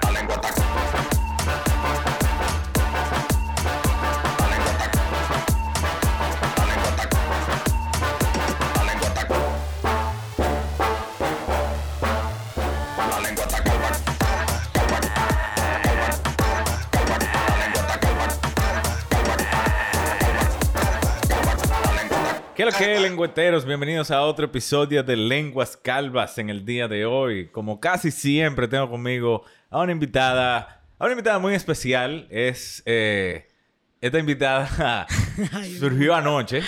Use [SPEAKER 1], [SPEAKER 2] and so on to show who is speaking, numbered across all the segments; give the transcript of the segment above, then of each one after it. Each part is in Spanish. [SPEAKER 1] La lengua taca. La lengua taca. La lengua taca. La lengua taca. La lengua taca.
[SPEAKER 2] ¿Qué es lo que es, lengüeteros? Bienvenidos a otro episodio de Lenguas Calvas en el día de hoy. Como casi siempre, tengo conmigo a una invitada, a una invitada muy especial. Es. eh, esta invitada surgió anoche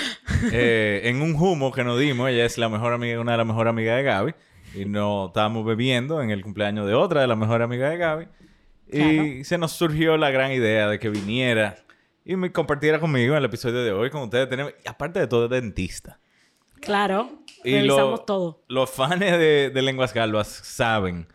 [SPEAKER 2] eh, en un humo que nos dimos. Ella es la mejor amiga, una de las mejores amigas de Gaby. Y nos estábamos bebiendo en el cumpleaños de otra de las mejores amigas de Gaby. Y se nos surgió la gran idea de que viniera y me compartiera conmigo en el episodio de hoy con ustedes. Tenemos, y aparte de todo, es dentista.
[SPEAKER 3] Claro,
[SPEAKER 2] Y
[SPEAKER 3] revisamos
[SPEAKER 2] lo-
[SPEAKER 3] todo.
[SPEAKER 2] Los fans de, de Lenguas Calvas saben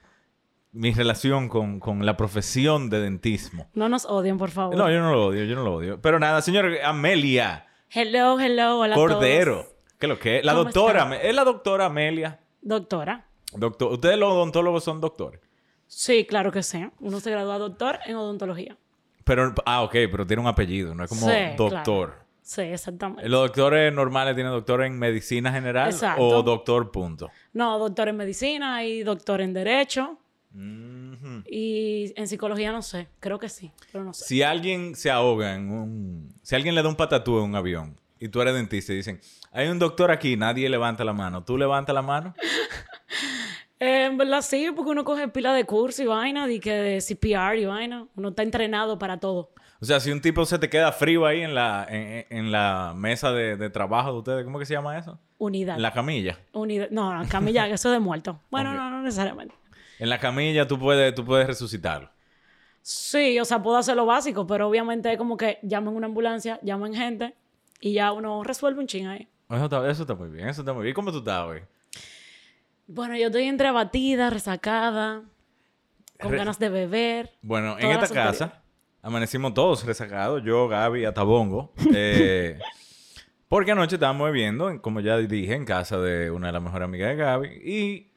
[SPEAKER 2] mi relación con, con la profesión de dentismo.
[SPEAKER 3] No nos odien, por favor.
[SPEAKER 2] No, yo no lo odio, yo no lo odio. Pero nada, señor Amelia
[SPEAKER 3] Hello, hello, hola a
[SPEAKER 2] Cordero.
[SPEAKER 3] todos.
[SPEAKER 2] ¿Qué es lo que es? La
[SPEAKER 3] ¿Cómo
[SPEAKER 2] doctora,
[SPEAKER 3] están?
[SPEAKER 2] Ame- es la doctora Amelia.
[SPEAKER 3] Doctora.
[SPEAKER 2] Doctor, ustedes los odontólogos son doctores.
[SPEAKER 3] Sí, claro que sí. Uno se gradúa doctor en odontología.
[SPEAKER 2] Pero, ah, ok, pero tiene un apellido, no es como
[SPEAKER 3] Sí,
[SPEAKER 2] doctor.
[SPEAKER 3] claro. Sí, exactamente.
[SPEAKER 2] Los doctores normales tienen doctor en medicina general
[SPEAKER 3] Exacto.
[SPEAKER 2] o doctor punto.
[SPEAKER 3] No, doctor en medicina y doctor en derecho. Y en psicología no sé. Creo que sí, pero no sé.
[SPEAKER 2] Si alguien se ahoga en un... Si alguien le da un patatú en un avión y tú eres dentista y dicen, hay un doctor aquí, nadie levanta la mano. ¿Tú levantas la mano?
[SPEAKER 3] Eh, en verdad sí, porque uno coge pila de curso y vaina, y que de CPR y vaina. Uno está entrenado para todo.
[SPEAKER 2] O sea, si un tipo se te queda frío ahí en la, en, en la mesa de, de trabajo de ustedes, ¿cómo que se llama eso?
[SPEAKER 3] Unidad.
[SPEAKER 2] En la camilla.
[SPEAKER 3] Unidad. No, no, camilla, eso de muerto. Bueno, no, no necesariamente.
[SPEAKER 2] En la camilla tú puedes, tú puedes resucitarlo.
[SPEAKER 3] Sí, o sea, puedo hacer lo básico, pero obviamente es como que llaman una ambulancia, llaman gente y ya uno resuelve un ching ahí.
[SPEAKER 2] Eso está, eso está muy bien, eso está muy bien. ¿Y ¿Cómo tú estás hoy?
[SPEAKER 3] Bueno, yo estoy entre abatida, resacada, con
[SPEAKER 2] Re-
[SPEAKER 3] ganas de beber.
[SPEAKER 2] Bueno, en
[SPEAKER 3] Todas
[SPEAKER 2] esta
[SPEAKER 3] las anteriores.
[SPEAKER 2] casa amanecimos todos resacados, yo, Gaby, Atabongo. Eh, porque anoche estábamos bebiendo, en- como ya dije, en casa de una de las mejores amigas de Gaby. Y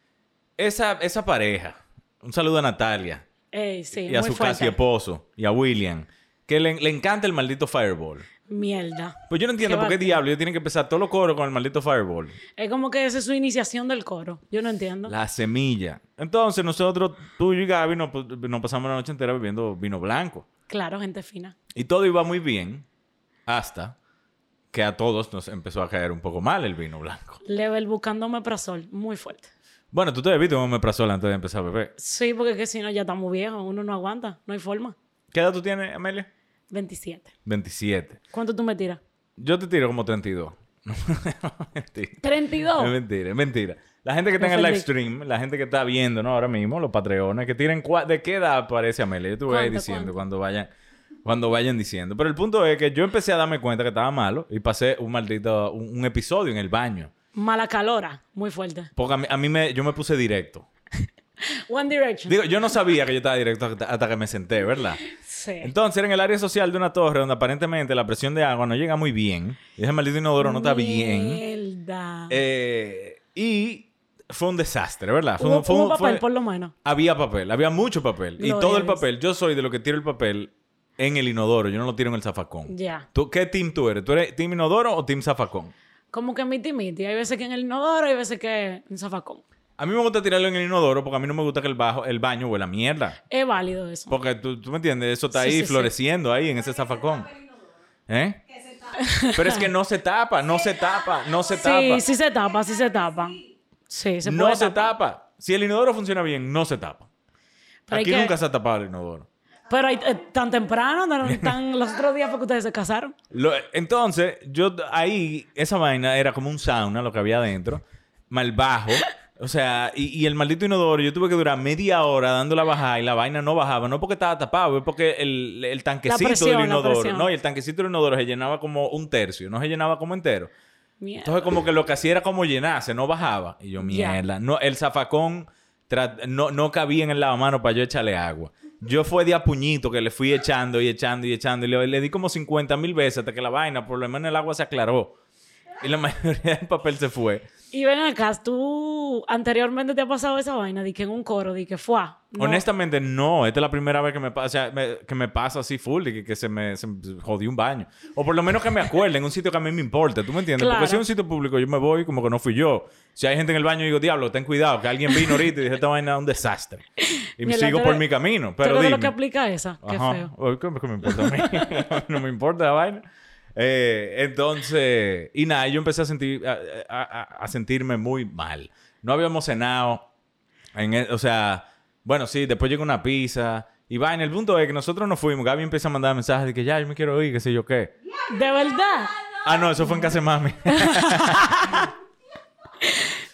[SPEAKER 2] esa, esa pareja, un saludo a Natalia
[SPEAKER 3] Ey, sí,
[SPEAKER 2] y a
[SPEAKER 3] muy
[SPEAKER 2] su
[SPEAKER 3] fuerte.
[SPEAKER 2] casi esposo y a William, que le, le encanta el maldito Fireball.
[SPEAKER 3] Mierda.
[SPEAKER 2] Pues yo no entiendo
[SPEAKER 3] Qué
[SPEAKER 2] por qué
[SPEAKER 3] bárbaro.
[SPEAKER 2] diablo ellos tienen que empezar todos los coros con el maldito Fireball.
[SPEAKER 3] Es como que esa es su iniciación del coro. Yo no entiendo.
[SPEAKER 2] La semilla. Entonces nosotros, tú y Gaby, nos, pues, nos pasamos la noche entera bebiendo vino blanco.
[SPEAKER 3] Claro, gente fina.
[SPEAKER 2] Y todo iba muy bien hasta que a todos nos empezó a caer un poco mal el vino blanco.
[SPEAKER 3] Level buscando omeprazol, muy fuerte.
[SPEAKER 2] Bueno, tú te bebiste un omeprazol antes de empezar a beber.
[SPEAKER 3] Sí, porque es que si no ya estamos viejos, uno no aguanta, no hay forma.
[SPEAKER 2] ¿Qué edad tú tienes, Amelia?
[SPEAKER 3] 27.
[SPEAKER 2] 27.
[SPEAKER 3] ¿Cuánto tú me tiras?
[SPEAKER 2] Yo te tiro como 32. No, mentira. Es
[SPEAKER 3] 32.
[SPEAKER 2] mentira, es mentira. La gente que está en el live
[SPEAKER 3] ofendí.
[SPEAKER 2] stream, la gente que está viendo, ¿no? Ahora mismo, los patreones, que tiren... cua- ¿De qué edad aparece Amelia? Yo te voy a ir
[SPEAKER 3] ¿Cuánto,
[SPEAKER 2] diciendo
[SPEAKER 3] cuánto?
[SPEAKER 2] cuando vayan... cuando vayan diciendo. Pero el punto es que yo empecé a darme cuenta que estaba malo y pasé un maldito, un, un episodio en el baño.
[SPEAKER 3] Mala calora, muy fuerte.
[SPEAKER 2] Porque a mí, a mí me, yo me puse directo.
[SPEAKER 3] One Direction.
[SPEAKER 2] Digo, yo no sabía que yo estaba directo hasta hasta que me senté, ¿verdad?
[SPEAKER 3] sí.
[SPEAKER 2] Entonces era en el área social de una torre donde aparentemente la presión de agua no llega muy bien. Y ese maldito inodoro no está bien.
[SPEAKER 3] Mierda.
[SPEAKER 2] Eh, y fue un desastre, ¿verdad? Fue,
[SPEAKER 3] hubo,
[SPEAKER 2] un- fue
[SPEAKER 3] hubo
[SPEAKER 2] un-
[SPEAKER 3] papel,
[SPEAKER 2] fue-
[SPEAKER 3] por lo menos.
[SPEAKER 2] Había papel, había mucho papel. y
[SPEAKER 3] Lo
[SPEAKER 2] todo el
[SPEAKER 3] eres.
[SPEAKER 2] papel, yo soy de lo que tiro el papel en el inodoro, yo no lo tiro en el zafacón.
[SPEAKER 3] Ya.
[SPEAKER 2] ¿Tú, ¿Qué team tú eres? ¿Tú eres team inodoro o team zafacón?
[SPEAKER 3] Como que miti miti. Hay veces que en el inodoro, hay veces que en zafacón.
[SPEAKER 2] A mí me gusta tirarlo en el inodoro porque a mí no me gusta que el, bajo, el baño huela a mierda.
[SPEAKER 3] Es válido eso.
[SPEAKER 2] Porque tú, tú me entiendes, eso está
[SPEAKER 3] Sí,
[SPEAKER 2] ahí
[SPEAKER 3] sí, sí.
[SPEAKER 2] floreciendo ahí en ese zafacón. ¿Eh? Pero es que no se tapa, no se tapa, no se tapa.
[SPEAKER 3] Sí, sí se tapa, sí se tapa. Sí, se
[SPEAKER 2] no
[SPEAKER 3] puede
[SPEAKER 2] se
[SPEAKER 3] tapar.
[SPEAKER 2] tapa. Si el inodoro funciona bien, no se tapa.
[SPEAKER 3] Pero hay
[SPEAKER 2] Aquí
[SPEAKER 3] que-
[SPEAKER 2] nunca se ha tapado el inodoro.
[SPEAKER 3] Pero hay- eh, tan temprano, tan, tan- los otros días fue que ustedes se casaron.
[SPEAKER 2] Lo- entonces, yo ahí, esa vaina era como un sauna, lo que había adentro, mal bajo. O sea, y, y el maldito inodoro, yo tuve que durar media hora dando la bajada y la vaina no bajaba, no porque estaba tapado, es porque el, el tanquecito
[SPEAKER 3] presión, la
[SPEAKER 2] del inodoro,
[SPEAKER 3] presión.
[SPEAKER 2] no, y el tanquecito del inodoro se llenaba como un tercio, no se llenaba como entero.
[SPEAKER 3] Mierda.
[SPEAKER 2] Entonces, como que lo que hacía era como llenarse, no bajaba. Y yo,
[SPEAKER 3] Ya.
[SPEAKER 2] mierda. No, el zafacón tra- no, no cabía en el lavamano para yo echarle agua. Yo fue de a puñito que le fui echando y echando y echando. Y le, le di como 50 mil veces hasta que la vaina, por lo menos el agua se aclaró. Y la mayoría del papel se fue.
[SPEAKER 3] Y ven acá, tú anteriormente te ha pasado esa vaina, di que en un coro, di que fue.
[SPEAKER 2] Honestamente, no. Esta es la primera vez que me pasa, o sea, me- que me pasa así full y que, que se, me, se me jodió un baño. O por lo menos que me acuerde en un sitio que a mí me importa. ¿Tú me entiendes? Porque
[SPEAKER 3] Claro.
[SPEAKER 2] si es un sitio público, yo me voy como que no fui yo. Si hay gente en el baño, digo, diablo, ten cuidado, que alguien vino ahorita y dije, esta vaina es un desastre. Y sigo por mi camino. Pero
[SPEAKER 3] de
[SPEAKER 2] dime.
[SPEAKER 3] lo que aplica esa, qué
[SPEAKER 2] Ajá.
[SPEAKER 3] feo.
[SPEAKER 2] Oye, ¿Qué, qué me importa a mí? A mí no me importa la vaina. Eh, entonces, y nada, yo empecé a, sentir, a, a- a- a sentirme muy mal. No habíamos cenado. en el- o sea, bueno, sí, después llegó una pizza. Y vaina, el punto es que nosotros nos fuimos. Gaby empieza a mandar mensajes de que ya, yo me quiero ir, qué sé yo qué.
[SPEAKER 3] De verdad.
[SPEAKER 2] Ah, no, eso fue en casa de mami.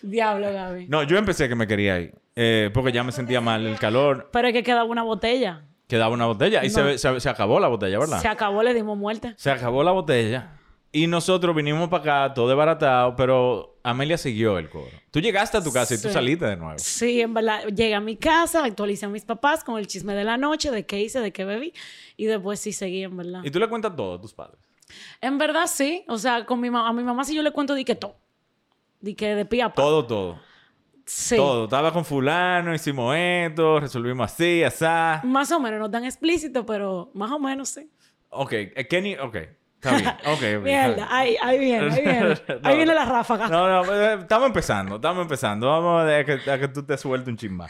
[SPEAKER 3] Diablo, Gaby.
[SPEAKER 2] no, yo empecé que me quería ir. eh, porque ya me sentía mal el calor.
[SPEAKER 3] Pero es que quedaba una botella.
[SPEAKER 2] Quedaba una botella. Y se, se- se acabó la botella, ¿verdad?
[SPEAKER 3] Se acabó, le dimos muerte.
[SPEAKER 2] Se acabó la botella. Y nosotros vinimos para acá, todo desbaratado, pero Amelia siguió el coro. Tú llegaste a tu casa y tú
[SPEAKER 3] Sí.
[SPEAKER 2] saliste de nuevo.
[SPEAKER 3] Sí, en verdad, llegué a mi casa, actualicé a mis papás con el chisme de la noche, de qué hice, de qué bebí, y después sí seguí, en verdad.
[SPEAKER 2] Y tú le cuentas todo a tus padres.
[SPEAKER 3] En verdad, sí. O sea, con mi ma- a mi mamá sí yo le cuento di que todo. Di que de pie a pa.
[SPEAKER 2] Todo, todo.
[SPEAKER 3] Sí.
[SPEAKER 2] Todo. Estaba con fulano, hicimos esto, resolvimos así, asá.
[SPEAKER 3] Más o menos, no tan explícito, pero más o menos sí.
[SPEAKER 2] Ok, eh, Kenny, ok. Está bien. Ok, ok. está bien.
[SPEAKER 3] Mierda, ahí, ahí viene, ahí viene.
[SPEAKER 2] No,
[SPEAKER 3] ahí viene
[SPEAKER 2] no.
[SPEAKER 3] la ráfaga.
[SPEAKER 2] No, no, eh, estamos empezando, estamos empezando. Vamos a ver que, a que tú te sueltes un chisma.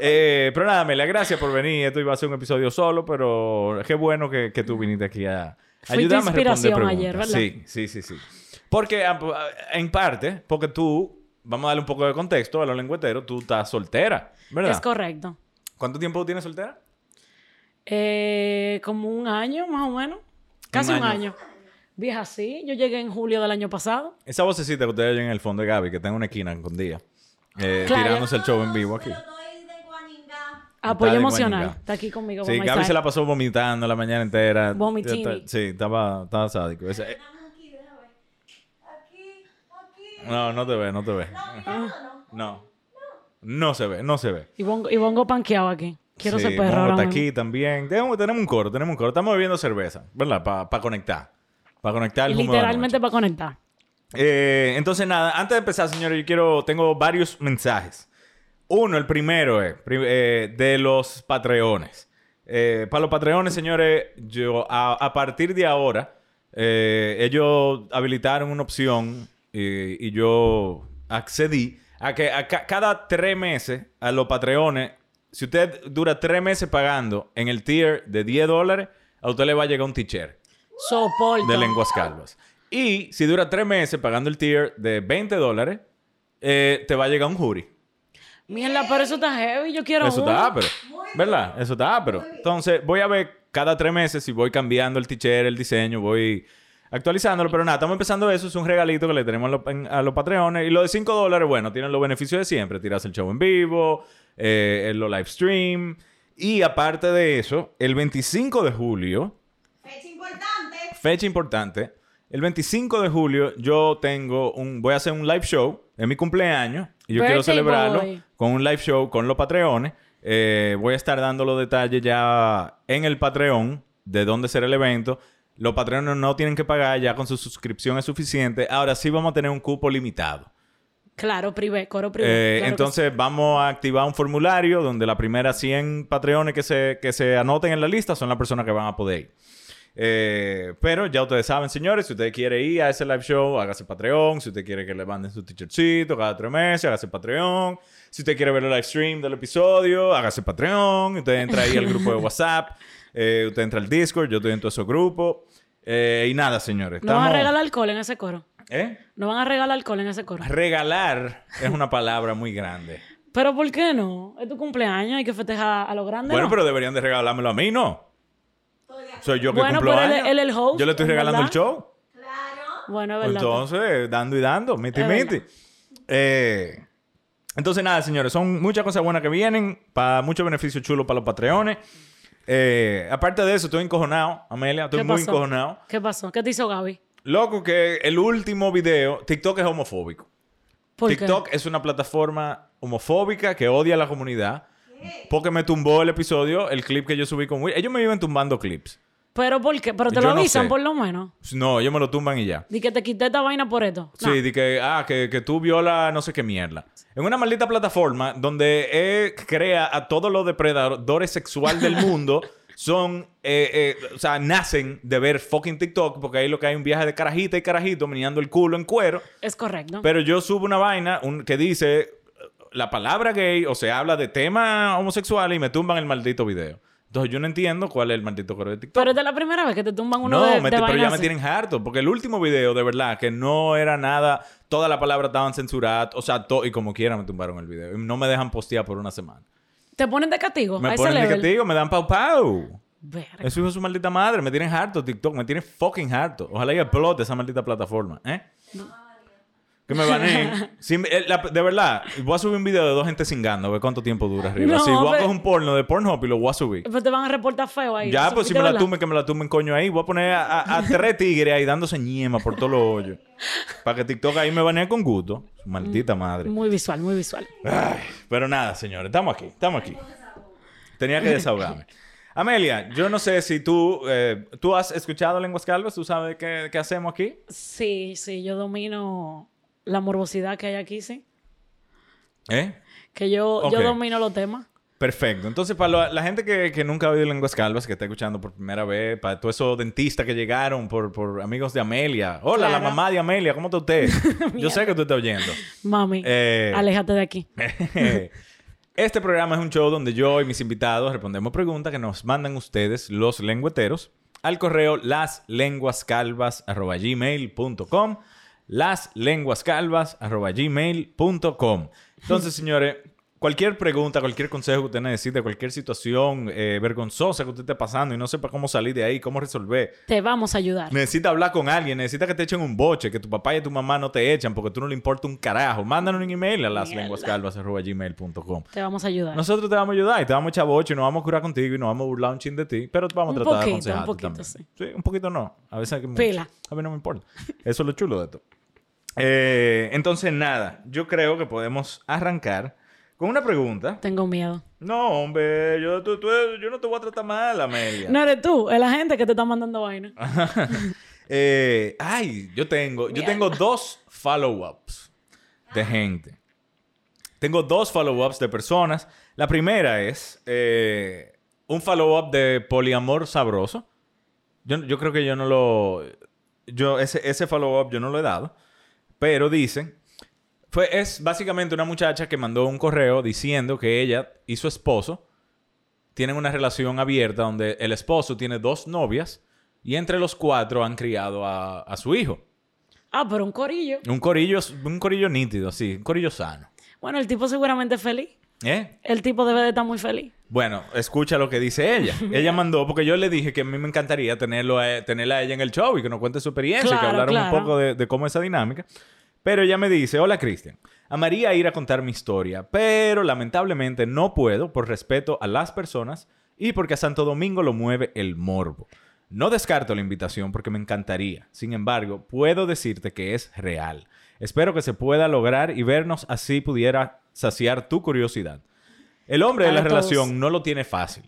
[SPEAKER 2] eh, pero nada, Amelia, gracias por venir. Esto iba a ser un episodio solo, pero qué bueno que, que tú viniste aquí a
[SPEAKER 3] Fui tu
[SPEAKER 2] ayudarme a responder
[SPEAKER 3] inspiración
[SPEAKER 2] preguntas.
[SPEAKER 3] ayer, ¿verdad?
[SPEAKER 2] Sí, sí, sí, sí. Porque a- a- en parte, porque tú, vamos a darle un poco de contexto a los lengüeteros, tú estás soltera, ¿verdad?
[SPEAKER 3] Es correcto.
[SPEAKER 2] ¿Cuánto tiempo tienes soltera?
[SPEAKER 3] Eh, como un año, más o menos. Casi un
[SPEAKER 2] año.
[SPEAKER 3] año. Vieja, sí. Yo llegué en julio del año pasado.
[SPEAKER 2] Esa vocecita que ustedes oyen en el fondo de Gaby, que está en una esquina escondida, eh,
[SPEAKER 3] Claro.
[SPEAKER 2] tirándose el show en vivo aquí.
[SPEAKER 3] Apoyo
[SPEAKER 2] de
[SPEAKER 3] emocional.
[SPEAKER 2] Guanica.
[SPEAKER 3] Está aquí conmigo.
[SPEAKER 2] Sí,
[SPEAKER 3] by my
[SPEAKER 2] Gaby se
[SPEAKER 3] side.
[SPEAKER 2] la pasó vomitando la mañana entera.
[SPEAKER 3] Vomitini.
[SPEAKER 2] Ya está- Sí, estaba, estaba sádico. Ese- eh, no, no te ve, no te ve. No. No se ve, no se ve.
[SPEAKER 3] Y bongo, y bongo panqueado aquí. Quiero
[SPEAKER 2] Sí,
[SPEAKER 3] ser perro
[SPEAKER 2] Mongo
[SPEAKER 3] ahora
[SPEAKER 2] está
[SPEAKER 3] mismo.
[SPEAKER 2] aquí también. Tenemos, tenemos un coro, tenemos un coro. Estamos bebiendo cerveza, ¿verdad? Para conectar. Para conectar el humo de la
[SPEAKER 3] Literalmente
[SPEAKER 2] noche.
[SPEAKER 3] para conectar.
[SPEAKER 2] Eh, entonces, nada, antes de empezar, señores, yo quiero, tengo varios mensajes. Uno, el primero es pri- eh, de los patreones. Eh, para los patreones, señores, yo a, a partir de ahora, eh, ellos habilitaron una opción eh, y yo accedí a que a ca- cada tres meses a los patreones, si usted dura tres meses pagando en el tier de 10 dólares, a usted le va a llegar un t-shirt
[SPEAKER 3] Soporto.
[SPEAKER 2] de lenguas calvas. Y si dura tres meses pagando el tier de 20 dólares, eh, te va a llegar un jury.
[SPEAKER 3] Mierda, pero eso está heavy. Yo quiero
[SPEAKER 2] Eso
[SPEAKER 3] uno.
[SPEAKER 2] está ápero. ¿Verdad? Eso está ápero. Entonces, voy a ver cada tres meses si voy cambiando el tier, el diseño, voy actualizándolo. Pero nada, estamos empezando eso. Es un regalito que le tenemos a los, en- a los patreones. Y lo de 5 dólares, bueno, tienen los beneficios de siempre. Tiras el show en vivo, eh, los live stream. Y aparte de eso, el 25 de julio. Fecha importante. Fecha importante. El 25 de julio yo tengo un... Voy a hacer un live show en mi cumpleaños. Y yo quiero
[SPEAKER 3] Birthday
[SPEAKER 2] celebrarlo
[SPEAKER 3] boy.
[SPEAKER 2] con un live show con los Patreones. Eh, voy a estar dando los detalles ya en el Patreon de dónde será el evento. Los Patreones no tienen que pagar, ya con su suscripción es suficiente. Ahora sí vamos a tener un cupo limitado.
[SPEAKER 3] Claro, privé, coro privé.
[SPEAKER 2] Eh,
[SPEAKER 3] claro que
[SPEAKER 2] entonces vamos a activar un formulario donde las primeras 100 Patreones que se, que se anoten en la lista son las personas que van a poder ir. Eh, pero ya ustedes saben, señores, si usted quiere ir a ese live show, hágase Patreon. Si usted quiere que le manden su t-shirtcito cada tres meses, hágase Patreon. Si usted quiere ver el live stream del episodio, hágase Patreon. Usted entra ahí al grupo de WhatsApp. Eh, usted entra al Discord. Yo estoy en todos esos grupos. Eh, y nada, señores.
[SPEAKER 3] sí. No van a
[SPEAKER 2] estamos-
[SPEAKER 3] regalar alcohol en ese coro.
[SPEAKER 2] ¿Eh?
[SPEAKER 3] No van a regalar alcohol en ese coro.
[SPEAKER 2] Regalar es una palabra muy grande.
[SPEAKER 3] Pero ¿por qué no? Es tu cumpleaños, hay que festejar a lo grande.
[SPEAKER 2] Bueno,
[SPEAKER 3] ¿no?
[SPEAKER 2] pero deberían de regalármelo a mí, ¿no? Soy yo que
[SPEAKER 3] Bueno,
[SPEAKER 2] cumplo
[SPEAKER 3] pero él-
[SPEAKER 2] años.
[SPEAKER 3] él es el host,
[SPEAKER 2] Yo le estoy
[SPEAKER 3] ¿es
[SPEAKER 2] regalando
[SPEAKER 3] verdad?
[SPEAKER 2] el show.
[SPEAKER 3] Bueno, es verdad.
[SPEAKER 2] Entonces, dando y dando, miti
[SPEAKER 3] Es
[SPEAKER 2] miti.
[SPEAKER 3] verdad.
[SPEAKER 2] Eh, entonces, nada, señores, son muchas cosas buenas que vienen, para mucho beneficio chulo para los patreones. Eh, aparte de eso, estoy encojonado, Amelia, estoy
[SPEAKER 3] ¿Qué
[SPEAKER 2] muy
[SPEAKER 3] pasó?
[SPEAKER 2] encojonado.
[SPEAKER 3] ¿Qué pasó? ¿Qué te hizo Gaby?
[SPEAKER 2] Loco, que el último video, TikTok es homofóbico.
[SPEAKER 3] ¿Por qué?
[SPEAKER 2] TikTok es una plataforma homofóbica que odia a la comunidad. Porque me tumbó el episodio, el clip que yo subí con Will. Ellos me iban tumbando clips.
[SPEAKER 3] ¿Pero por qué? Pero te
[SPEAKER 2] Yo
[SPEAKER 3] lo
[SPEAKER 2] no
[SPEAKER 3] avisan
[SPEAKER 2] sé.
[SPEAKER 3] por lo menos.
[SPEAKER 2] Pues, No, ellos me lo tumban y ya.
[SPEAKER 3] Di que te quité esta vaina por esto. No.
[SPEAKER 2] Sí, de que, ah, que, que tú viola no sé qué mierda. En una maldita plataforma donde eh, crea a todos los depredadores sexual del mundo, son, eh, eh, o sea, nacen de ver fucking TikTok, porque ahí lo que hay un viaje de carajita y carajito meneando el culo en cuero.
[SPEAKER 3] Es correcto.
[SPEAKER 2] Pero yo subo una vaina un- que dice eh, la palabra gay o se habla de temas homosexuales y me tumban el maldito video. Entonces yo no entiendo cuál es el maldito coro de TikTok.
[SPEAKER 3] Pero esta es la primera vez que te tumban uno
[SPEAKER 2] No,
[SPEAKER 3] de,
[SPEAKER 2] me
[SPEAKER 3] de
[SPEAKER 2] te- pero
[SPEAKER 3] vaina
[SPEAKER 2] ya me
[SPEAKER 3] así.
[SPEAKER 2] tienen harto. Porque el último video, de verdad, que no era nada, toda la palabra estaban censuradas. O sea, to- y como quiera me tumbaron el video. Y no me dejan postear por una semana.
[SPEAKER 3] Te ponen de castigo. a
[SPEAKER 2] Me
[SPEAKER 3] ese
[SPEAKER 2] ponen de
[SPEAKER 3] level.
[SPEAKER 2] castigo, me dan pau pau.
[SPEAKER 3] Verga.
[SPEAKER 2] Eso hijo de su maldita madre. Me tienen harto TikTok, me tienen fucking harto. Ojalá y explote esa maldita plataforma, ¿eh? Que me baneen. Sí, me- eh, la- de verdad, voy a subir un video de dos gente cingando, a ver cuánto tiempo dura arriba.
[SPEAKER 3] No,
[SPEAKER 2] si voy a
[SPEAKER 3] pero-
[SPEAKER 2] coger un porno de Pornhub y lo voy a subir.
[SPEAKER 3] Pues te van a reportar feo ahí.
[SPEAKER 2] Ya,
[SPEAKER 3] ¿Lo
[SPEAKER 2] pues si
[SPEAKER 3] supiste,
[SPEAKER 2] me la
[SPEAKER 3] verdad?
[SPEAKER 2] tumben, que me la tumben, coño, ahí. Voy a poner a, a- a tres tigres ahí dándose ñema por todos los hoyos. Para que TikTok ahí me banee con gusto. Su Maldita madre.
[SPEAKER 3] Muy visual, muy visual.
[SPEAKER 2] Pero nada, señores, estamos aquí, estamos aquí. Tenía que desahogarme. Amelia, yo no sé si tú... eh, ¿Tú has escuchado Lenguas Calvas? ¿Tú sabes qué, qué hacemos aquí?
[SPEAKER 3] Sí, sí, yo domino la morbosidad que hay aquí, sí.
[SPEAKER 2] ¿Eh?
[SPEAKER 3] Que yo,
[SPEAKER 2] Ok.
[SPEAKER 3] yo domino los temas.
[SPEAKER 2] Perfecto. Entonces, para lo- la gente que, que nunca ha oído Lenguas Calvas, que está escuchando por primera vez, para todos esos dentistas que llegaron por, por amigos de Amelia. Hola, la
[SPEAKER 3] Claro.
[SPEAKER 2] mamá de Amelia, ¿cómo está usted? Yo sé que tú estás oyendo.
[SPEAKER 3] Mami,
[SPEAKER 2] Eh.
[SPEAKER 3] aléjate de aquí.
[SPEAKER 2] este programa es un show donde yo y mis invitados respondemos preguntas que nos mandan ustedes, los lengüeteros, al correo laslenguascalvas.gmail.com laslenguascalvas.gmail.com Entonces, señores, cualquier pregunta, cualquier consejo que usted necesite, cualquier situación eh, vergonzosa que usted esté pasando y no sepa cómo salir de ahí, cómo resolver,
[SPEAKER 3] Te vamos a ayudar.
[SPEAKER 2] Necesita hablar con alguien, necesita que te echen un boche, que tu papá y tu mamá no te echan porque tú no le importa un carajo. Mándanos un email a laslenguascalvas.gmail.com.
[SPEAKER 3] Te vamos a ayudar.
[SPEAKER 2] Nosotros te vamos a ayudar y te vamos a echar boche y nos vamos a curar contigo y nos vamos a burlar un chin de ti, pero te vamos a
[SPEAKER 3] Un
[SPEAKER 2] tratar de
[SPEAKER 3] poquito, un
[SPEAKER 2] aconsejarte
[SPEAKER 3] poquito,
[SPEAKER 2] también.
[SPEAKER 3] sí.
[SPEAKER 2] un poquito no. A veces hay que mucho.
[SPEAKER 3] Pela.
[SPEAKER 2] A mí no me importa. Eso es lo chulo de esto. Eh, entonces, nada, yo creo que podemos arrancar con una pregunta.
[SPEAKER 3] Tengo miedo.
[SPEAKER 2] No, hombre, yo, tú- tú- yo no te voy a tratar mal, Amelia.
[SPEAKER 3] No eres tú, es la gente que te está mandando vaina.
[SPEAKER 2] Ah. Eh, ay, yo tengo, yo tengo dos follow-ups de gente. Tengo dos follow-ups de personas. La primera es eh, un follow-up de poliamor sabroso. Yo, yo creo que yo no lo... Yo, ese, ese follow-up yo no lo he dado. Pero dicen... Fue, es básicamente una muchacha que mandó un correo diciendo que ella y su esposo tienen una relación abierta donde el esposo tiene dos novias y entre los cuatro han criado a, a su hijo.
[SPEAKER 3] Ah, pero un corillo.
[SPEAKER 2] Un corillo, un corillo nítido, sí, un corillo sano.
[SPEAKER 3] Bueno, el tipo seguramente es feliz.
[SPEAKER 2] ¿Eh?
[SPEAKER 3] El tipo debe de estar muy feliz.
[SPEAKER 2] Bueno, escucha lo que dice ella. Ella mandó, porque yo le dije que a mí me encantaría tenerlo a- e, tenerla a ella en el show y que nos cuente su experiencia, y que
[SPEAKER 3] Claro,
[SPEAKER 2] hablaron un
[SPEAKER 3] claro.
[SPEAKER 2] poco de, de cómo es esa dinámica. Pero ella me dice, hola Cristian, Amaría ir a contar mi historia, pero lamentablemente no puedo por respeto a las personas y porque a Santo Domingo lo mueve el morbo. No descarto la invitación porque me encantaría. Sin embargo, puedo decirte que es real. Espero que se pueda lograr y vernos así pudiera saciar tu curiosidad. El hombre de la
[SPEAKER 3] Para todos.
[SPEAKER 2] relación no lo tiene fácil.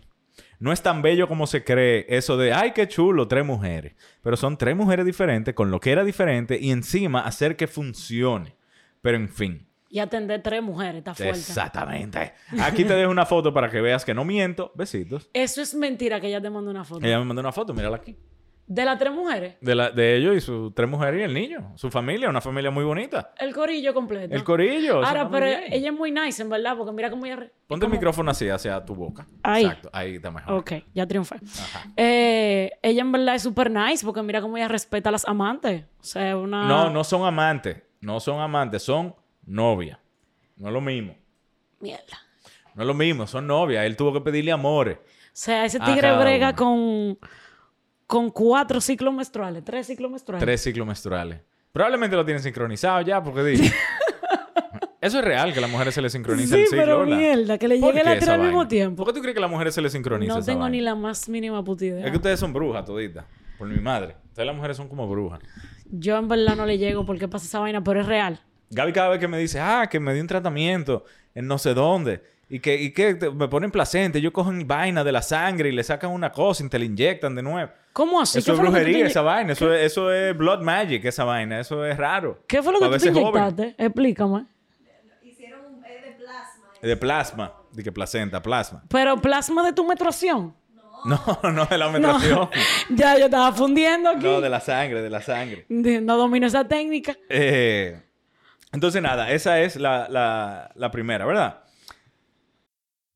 [SPEAKER 2] No es tan bello como se cree eso de, ay, qué chulo, tres mujeres. Pero son tres mujeres diferentes, con lo que era diferente y encima hacer que funcione. Pero en fin.
[SPEAKER 3] Y atender tres mujeres, está fuerte.
[SPEAKER 2] Exactamente. Aquí te dejo una foto para que veas que no miento. Besitos.
[SPEAKER 3] Eso es mentira que ella te mandó una foto.
[SPEAKER 2] Ella me mandó una foto, mírala aquí.
[SPEAKER 3] De las tres mujeres,
[SPEAKER 2] De, la- de ellos y sus tres mujeres y el niño. Su familia, una familia muy bonita.
[SPEAKER 3] el corillo completo.
[SPEAKER 2] El corillo. eso
[SPEAKER 3] Ahora,
[SPEAKER 2] está muy
[SPEAKER 3] pero
[SPEAKER 2] bien.
[SPEAKER 3] ella es muy nice, en verdad, porque mira cómo ella... re-
[SPEAKER 2] Ponte el
[SPEAKER 3] cómo-
[SPEAKER 2] micrófono así, hacia tu boca.
[SPEAKER 3] Ahí.
[SPEAKER 2] Exacto. Ahí está mejor.
[SPEAKER 3] Ok, ya triunfé. Eh, ella en verdad es súper nice porque mira cómo ella respeta a las amantes. O sea, es una...
[SPEAKER 2] No, no son amantes. No son amantes, son novia. No es lo mismo.
[SPEAKER 3] Mierda.
[SPEAKER 2] No es lo mismo, son novias. Él tuvo que pedirle amores.
[SPEAKER 3] O sea, ese
[SPEAKER 2] A
[SPEAKER 3] tigre
[SPEAKER 2] Ah, cada
[SPEAKER 3] brega
[SPEAKER 2] uno.
[SPEAKER 3] con, con cuatro ciclos menstruales, tres ciclos menstruales.
[SPEAKER 2] Tres ciclos menstruales. Probablemente lo tienen sincronizado ya, porque dije. Eso es real, que a las mujeres se les sincroniza
[SPEAKER 3] Sí,
[SPEAKER 2] el ciclo.
[SPEAKER 3] pero
[SPEAKER 2] ¿verdad?
[SPEAKER 3] mierda, que le
[SPEAKER 2] ¿Por
[SPEAKER 3] llegue
[SPEAKER 2] qué
[SPEAKER 3] la tres
[SPEAKER 2] esa
[SPEAKER 3] al mismo
[SPEAKER 2] vaina?
[SPEAKER 3] tiempo.
[SPEAKER 2] ¿Por qué tú crees que a las mujeres se les sincroniza?
[SPEAKER 3] No
[SPEAKER 2] esa
[SPEAKER 3] tengo ni
[SPEAKER 2] vaina?
[SPEAKER 3] la más mínima puta idea.
[SPEAKER 2] Es que ustedes son brujas toditas. Por mi madre. Ustedes las mujeres son como brujas.
[SPEAKER 3] Yo en verdad no le llego porque pasa esa vaina, pero es real.
[SPEAKER 2] Gaby cada vez que me dice, ah, que me di un tratamiento en no sé dónde. Y que, y que te- me ponen placente. Ellos cogen vaina de la sangre y le sacan una cosa y te la inyectan de nuevo.
[SPEAKER 3] ¿Cómo así?
[SPEAKER 2] eso
[SPEAKER 3] ¿Qué
[SPEAKER 2] es
[SPEAKER 3] fue lo que tú te
[SPEAKER 2] brujería,
[SPEAKER 3] inye-
[SPEAKER 2] esa vaina. Eso es, eso es blood magic, esa vaina. Eso es raro.
[SPEAKER 3] ¿Qué fue lo
[SPEAKER 2] Para
[SPEAKER 3] que tú te
[SPEAKER 2] verse joven.
[SPEAKER 3] inyectaste? Explícame.
[SPEAKER 2] De plasma. De que placenta, plasma.
[SPEAKER 3] Pero plasma de tu menstruación.
[SPEAKER 2] No, no de la menstruación.
[SPEAKER 3] ya, yo estaba fundiendo aquí.
[SPEAKER 2] No,
[SPEAKER 3] No,
[SPEAKER 2] de la sangre, de la sangre.
[SPEAKER 3] domino esa técnica.
[SPEAKER 2] Eh, entonces, nada, esa es la, la, la primera, ¿verdad?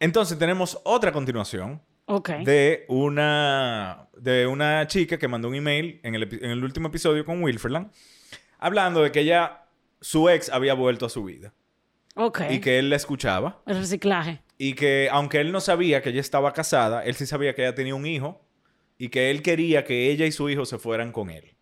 [SPEAKER 2] Entonces, tenemos otra continuación
[SPEAKER 3] Ok.
[SPEAKER 2] de una, de una chica que mandó un email en el, epi- en el último episodio con Wilferland hablando de que ella, su ex había vuelto a su vida
[SPEAKER 3] ok.
[SPEAKER 2] y que él la escuchaba
[SPEAKER 3] El reciclaje.
[SPEAKER 2] y que aunque él no sabía que ella estaba casada, él sí sabía que ella tenía un hijo y que él quería que ella y su hijo se fueran con él.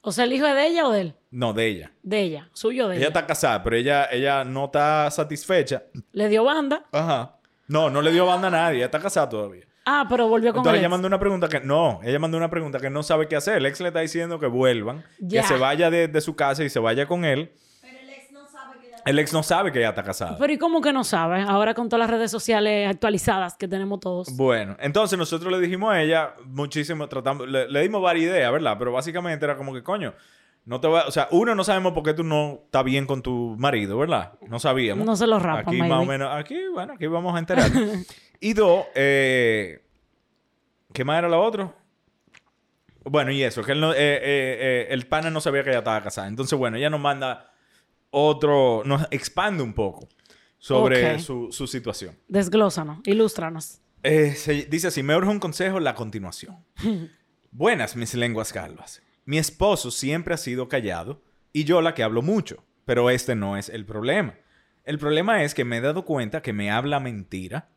[SPEAKER 3] O sea, el hijo es de ella o de él.
[SPEAKER 2] No, de ella.
[SPEAKER 3] De ella. Suyo o de
[SPEAKER 2] Ella
[SPEAKER 3] ella.
[SPEAKER 2] está casada, pero ella, ella no está satisfecha.
[SPEAKER 3] Le dio banda.
[SPEAKER 2] Ajá. No, no le dio banda a nadie. Ella está casada todavía.
[SPEAKER 3] Ah, pero volvió con
[SPEAKER 2] Entonces
[SPEAKER 3] el
[SPEAKER 2] ella
[SPEAKER 3] ex.
[SPEAKER 2] mandó una pregunta que... No, ella mandó una pregunta que no sabe qué hacer. El ex le está diciendo que vuelvan.
[SPEAKER 3] Ya.
[SPEAKER 2] Que se vaya de, de su casa y se vaya con él. Pero el ex no sabe que ella está casada.
[SPEAKER 3] Pero ¿y cómo que no sabes? Ahora con todas las redes sociales actualizadas que tenemos todos.
[SPEAKER 2] Bueno, entonces nosotros le dijimos a ella muchísimo, tratamos, le, le dimos varias ideas, ¿verdad? Pero básicamente era como que, coño, no te va, o sea, uno no sabemos por qué tú no estás bien con tu marido, ¿verdad? No sabíamos.
[SPEAKER 3] No se lo rapan,
[SPEAKER 2] Aquí más o
[SPEAKER 3] maybe.
[SPEAKER 2] menos, aquí, bueno, aquí vamos a enterar. y dos, eh, ¿qué más era lo otro? Bueno, y eso, que él no- eh, eh, eh, el pana no sabía que ella estaba casada. Entonces, bueno, ella nos manda otro, nos expande un poco sobre
[SPEAKER 3] Ok.
[SPEAKER 2] su- su situación.
[SPEAKER 3] Desglósanos, ilústranos.
[SPEAKER 2] Eh, se- dice así, me urge un consejo la continuación. Buenas, mis lenguas calvas. Mi esposo siempre ha sido callado y yo la que hablo mucho, pero este no es el problema. El problema es que me he dado cuenta que me habla mentira,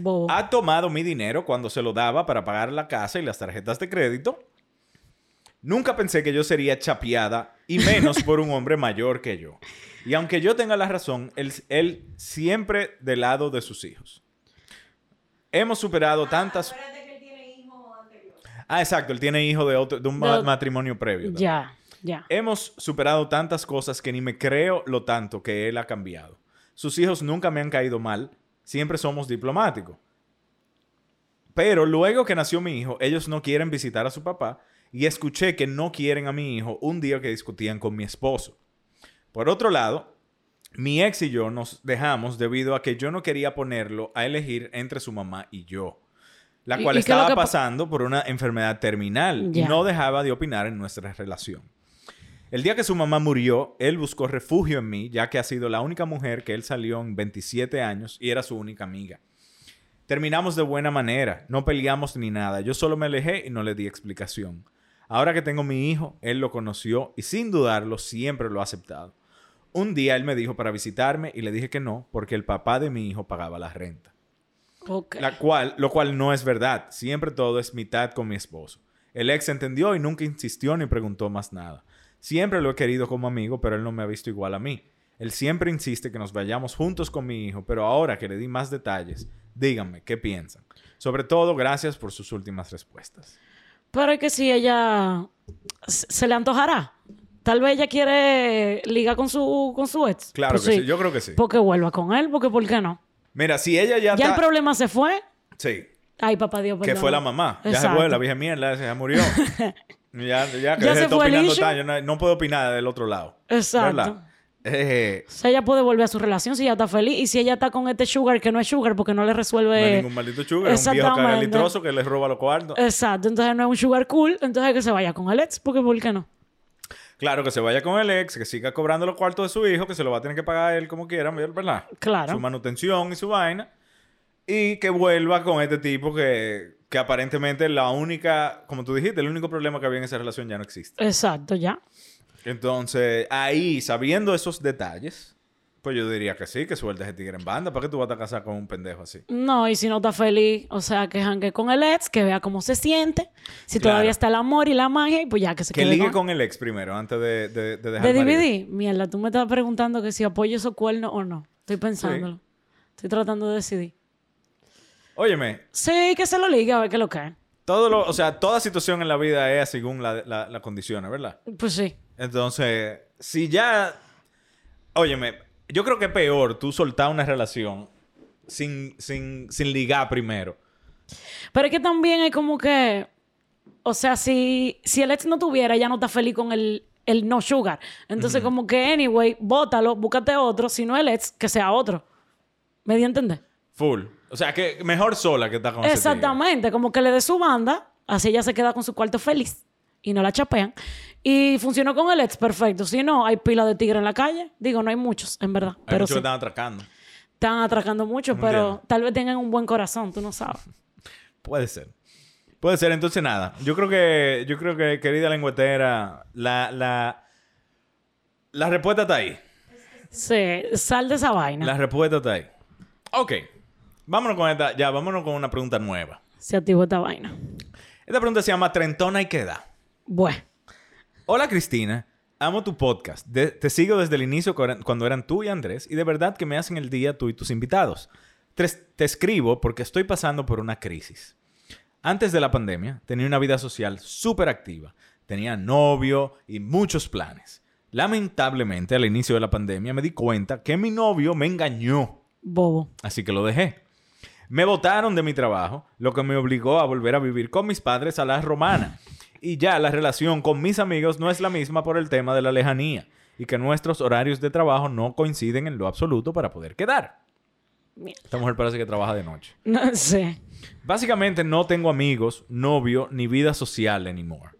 [SPEAKER 3] Bobo.
[SPEAKER 2] ha tomado mi dinero cuando se lo daba para pagar la casa y las tarjetas de crédito. Nunca pensé que yo sería chapeada y menos por un hombre mayor que yo. Y aunque yo tenga la razón, él, él siempre del lado de sus hijos. Hemos superado tantas... Ah, exacto, él tiene hijo de, otro, de un
[SPEAKER 3] De
[SPEAKER 2] ma-
[SPEAKER 3] ot-
[SPEAKER 2] matrimonio previo. también.
[SPEAKER 3] Ya, ya.
[SPEAKER 2] Hemos superado tantas cosas que ni me creo lo tanto que él ha cambiado. sus hijos nunca me han caído mal, siempre somos diplomáticos. Pero luego que nació mi hijo, ellos no quieren visitar a su papá y escuché que no quieren a mi hijo un día que discutían con mi esposo. Por otro lado, mi ex y yo nos dejamos debido a que yo no quería ponerlo a elegir entre su mamá y yo, la
[SPEAKER 3] ¿Y-
[SPEAKER 2] cual
[SPEAKER 3] y qué es lo
[SPEAKER 2] estaba
[SPEAKER 3] que pa-
[SPEAKER 2] pasando por una enfermedad terminal.
[SPEAKER 3] Ya.
[SPEAKER 2] No dejaba de opinar en nuestra relación. El día que su mamá murió, él buscó refugio en mí, ya que ha sido la única mujer que él salió en 27 años y era su única amiga. Terminamos de buena manera, no peleamos ni nada, yo solo me alejé y no le di explicación. Ahora que tengo mi hijo, él lo conoció y sin dudarlo siempre lo ha aceptado. Un día él me dijo para visitarme y le dije que no, porque el papá de mi hijo pagaba la renta.
[SPEAKER 3] Ok.
[SPEAKER 2] La cual, lo cual no es verdad. Siempre todo es mitad con mi esposo. El ex entendió y nunca insistió ni preguntó más nada. Siempre lo he querido como amigo, pero él no me ha visto igual a mí. Él siempre insiste que nos vayamos juntos con mi hijo, pero ahora que le di más detalles, díganme qué piensan. Sobre todo, gracias por sus últimas respuestas.
[SPEAKER 3] Pero es que si ella se se le antojará. Tal vez ella quiere ligar con su, con su ex.
[SPEAKER 2] Claro
[SPEAKER 3] Pues
[SPEAKER 2] que sí, yo creo que sí.
[SPEAKER 3] Porque vuelva con él, porque ¿por qué no?
[SPEAKER 2] Mira, si ella ya,
[SPEAKER 3] Ya el
[SPEAKER 2] está-
[SPEAKER 3] problema se fue.
[SPEAKER 2] Sí,
[SPEAKER 3] Ay, papá Dios,
[SPEAKER 2] que
[SPEAKER 3] perdón.
[SPEAKER 2] fue la mamá. Ya se
[SPEAKER 3] Exacto.
[SPEAKER 2] fue, la vieja mierda, ya murió. ya, ya, que
[SPEAKER 3] Ya
[SPEAKER 2] se
[SPEAKER 3] se
[SPEAKER 2] está
[SPEAKER 3] fue el
[SPEAKER 2] opinando
[SPEAKER 3] issue.
[SPEAKER 2] tal, yo no, no puedo opinar del otro lado.
[SPEAKER 3] Exacto.
[SPEAKER 2] ¿Verdad? Eh,
[SPEAKER 3] O sea, ella puede volver a su relación si ella está feliz. Y si ella está con este sugar que no es sugar porque no le resuelve...
[SPEAKER 2] No hay ningún maldito sugar, es un viejo
[SPEAKER 3] Exactamente.
[SPEAKER 2] cagalitroso que les roba los cuartos.
[SPEAKER 3] Exacto. Entonces no es un sugar cool. Entonces que se vaya con el ex porque ¿por qué no?
[SPEAKER 2] Claro, que se vaya con el ex, que siga cobrando los cuartos de su hijo, que se lo va a tener que pagar él como quiera, ¿verdad?
[SPEAKER 3] Claro.
[SPEAKER 2] Su manutención y su vaina. Y que vuelva con este tipo que, que aparentemente la única, como tú dijiste, el único problema que había en esa relación ya no existe.
[SPEAKER 3] Exacto, ya.
[SPEAKER 2] Entonces, ahí, sabiendo esos detalles, pues yo diría que sí, que suelta ese tigre en banda. ¿Para qué tú vas a casar con un pendejo así?
[SPEAKER 3] No, y si no está feliz, o sea, que jangue con el ex, que vea cómo se siente. Si
[SPEAKER 2] Claro.
[SPEAKER 3] todavía está el amor y la magia, y pues ya que se
[SPEAKER 2] Que
[SPEAKER 3] quede
[SPEAKER 2] ligue con el ex primero, antes de, de, de dejar
[SPEAKER 3] De
[SPEAKER 2] el marido.
[SPEAKER 3] dividir. Mierda, tú me estás preguntando que si apoyo esos cuernos o no. Estoy pensándolo. Estoy tratando de decidir.
[SPEAKER 2] Óyeme,
[SPEAKER 3] Sí, que se lo ligue a ver qué es lo que es.
[SPEAKER 2] Todo lo, o sea, toda situación en la vida es según la, la, la condiciones, ¿verdad?
[SPEAKER 3] Pues sí.
[SPEAKER 2] Entonces, si ya. Óyeme, yo creo que es peor tú soltar una relación sin, sin, sin ligar primero.
[SPEAKER 3] Pero es que también hay como que. O sea, si, si el ex no tuviera, ella no está feliz con el, el no sugar. Entonces, como que, anyway, bótalo, búscate otro. Si no el ex, que sea otro. ¿Me di a entender?
[SPEAKER 2] Full. O sea, que mejor sola que estar con ese tigre.
[SPEAKER 3] Exactamente, como que le dé su banda, así ella se queda con su cuarto feliz y no la chapean. Y funcionó con el ex, perfecto. Si no, hay pila de tigre en la calle. Digo, no hay muchos, en verdad.
[SPEAKER 2] Hay
[SPEAKER 3] pero
[SPEAKER 2] muchos
[SPEAKER 3] sí,
[SPEAKER 2] que están atracando.
[SPEAKER 3] están atracando mucho,
[SPEAKER 2] No
[SPEAKER 3] pero
[SPEAKER 2] entiendo.
[SPEAKER 3] tal vez tengan un buen corazón, tú no sabes.
[SPEAKER 2] Puede ser. Puede ser, entonces nada. Yo creo que, yo creo que, querida lengüetera, la, la, la respuesta está ahí.
[SPEAKER 3] Sí, sal de esa vaina.
[SPEAKER 2] La respuesta está ahí. Ok. Vámonos con esta, ya, vámonos con una pregunta nueva.
[SPEAKER 3] Se activó esta vaina.
[SPEAKER 2] Esta pregunta se llama Trentona y queda.
[SPEAKER 3] Bueno,
[SPEAKER 2] Hola Cristina, amo tu podcast. De- te sigo desde el inicio cu- cuando eran tú y Andrés y de verdad que me hacen el día tú y tus invitados. Te, te escribo porque estoy pasando por una crisis. Antes de la pandemia tenía una vida social súper activa. Tenía novio y muchos planes. Lamentablemente al inicio de la pandemia me di cuenta que mi novio me engañó.
[SPEAKER 3] bobo.
[SPEAKER 2] Así que lo dejé. Me botaron de mi trabajo, lo que me obligó a volver a vivir con mis padres a la romana. Y ya la relación con mis amigos no es la misma por el tema de la lejanía y que nuestros horarios de trabajo no coinciden en lo absoluto para poder quedar. Esta mujer parece que trabaja de noche.
[SPEAKER 3] No sé.
[SPEAKER 2] Básicamente no tengo amigos, novio, ni vida social anymore.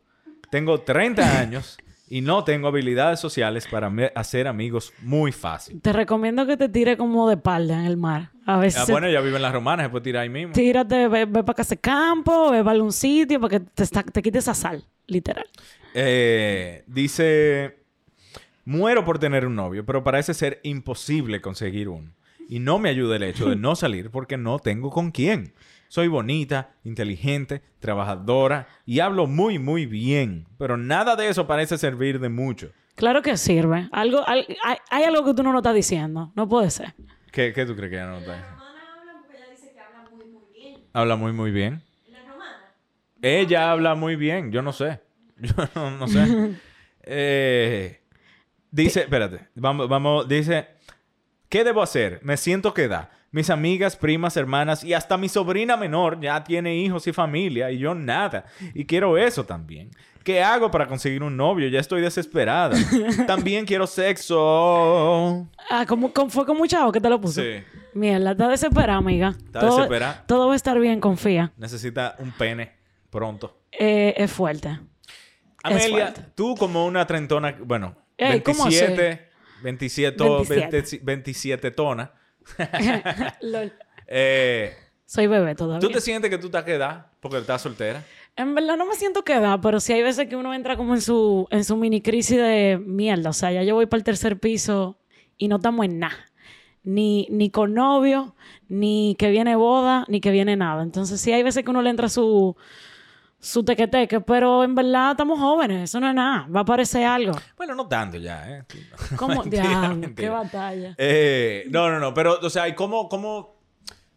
[SPEAKER 2] Tengo 30 años y no tengo habilidades sociales para me- hacer amigos muy fácil.
[SPEAKER 3] Te recomiendo que te tire como de espalda en el mar. A veces
[SPEAKER 2] Ah, bueno, ya vive en las romanas, se puede tirar ahí mismo.
[SPEAKER 3] tírate, ve, ve para casa de campo, ve para un sitio para que te, sa- te quite esa sal, literal.
[SPEAKER 2] Eh, dice, muero por tener un novio, pero parece ser imposible conseguir uno. Y no me ayuda el hecho de no salir porque no tengo con quién. Soy bonita, inteligente, trabajadora y hablo muy, muy bien. Pero nada de eso parece servir de mucho.
[SPEAKER 3] Claro que sirve. Algo, al- hay, hay algo que tú no nos estás diciendo. No puede ser.
[SPEAKER 2] ¿Qué, qué tú crees que ella no está diciendo? Habla muy, muy bien. Ella habla muy bien, yo no sé. Yo no, no sé. Eh, dice, espérate, vamos, vamos, dice, ¿Qué debo hacer? Me siento que da. Mis amigas, primas, hermanas y hasta mi sobrina menor ya tiene hijos y familia y yo nada. Y quiero eso también. ¿Qué hago para conseguir un novio? Ya estoy desesperada. también quiero sexo.
[SPEAKER 3] Ah, como, como- fue con mucha agua que te lo puso.
[SPEAKER 2] Sí.
[SPEAKER 3] Mierda, está desesperada, amiga.
[SPEAKER 2] Está
[SPEAKER 3] todo,
[SPEAKER 2] desesperada.
[SPEAKER 3] Todo va a estar bien, confía.
[SPEAKER 2] Necesita un pene pronto.
[SPEAKER 3] Eh, es fuerte. Es
[SPEAKER 2] Amelia,
[SPEAKER 3] fuerte.
[SPEAKER 2] tú como una trentona, bueno,
[SPEAKER 3] Ey, ¿cómo
[SPEAKER 2] 27, 27,
[SPEAKER 3] 27.
[SPEAKER 2] 27, tona.
[SPEAKER 3] Lol.
[SPEAKER 2] eh,
[SPEAKER 3] Soy bebé todavía.
[SPEAKER 2] ¿Tú te sientes que tú estás quedada porque estás soltera?
[SPEAKER 3] En verdad no me siento que da, pero sí hay veces que uno entra como en su, en su mini crisis de mierda. O sea, ya yo voy para el tercer piso y no estamos en nada. Ni, ni con novio, ni que viene boda, ni que viene nada. Entonces sí hay veces que uno le entra su, su tequeteque, pero en verdad estamos jóvenes, eso no es nada. Va a aparecer algo.
[SPEAKER 2] Bueno, no tanto ya, ¿eh?
[SPEAKER 3] ¿Cómo?
[SPEAKER 2] Mentira,
[SPEAKER 3] Diablo,
[SPEAKER 2] mentira.
[SPEAKER 3] qué batalla.
[SPEAKER 2] Eh, no, no, no, pero, o sea, ¿y cómo, cómo,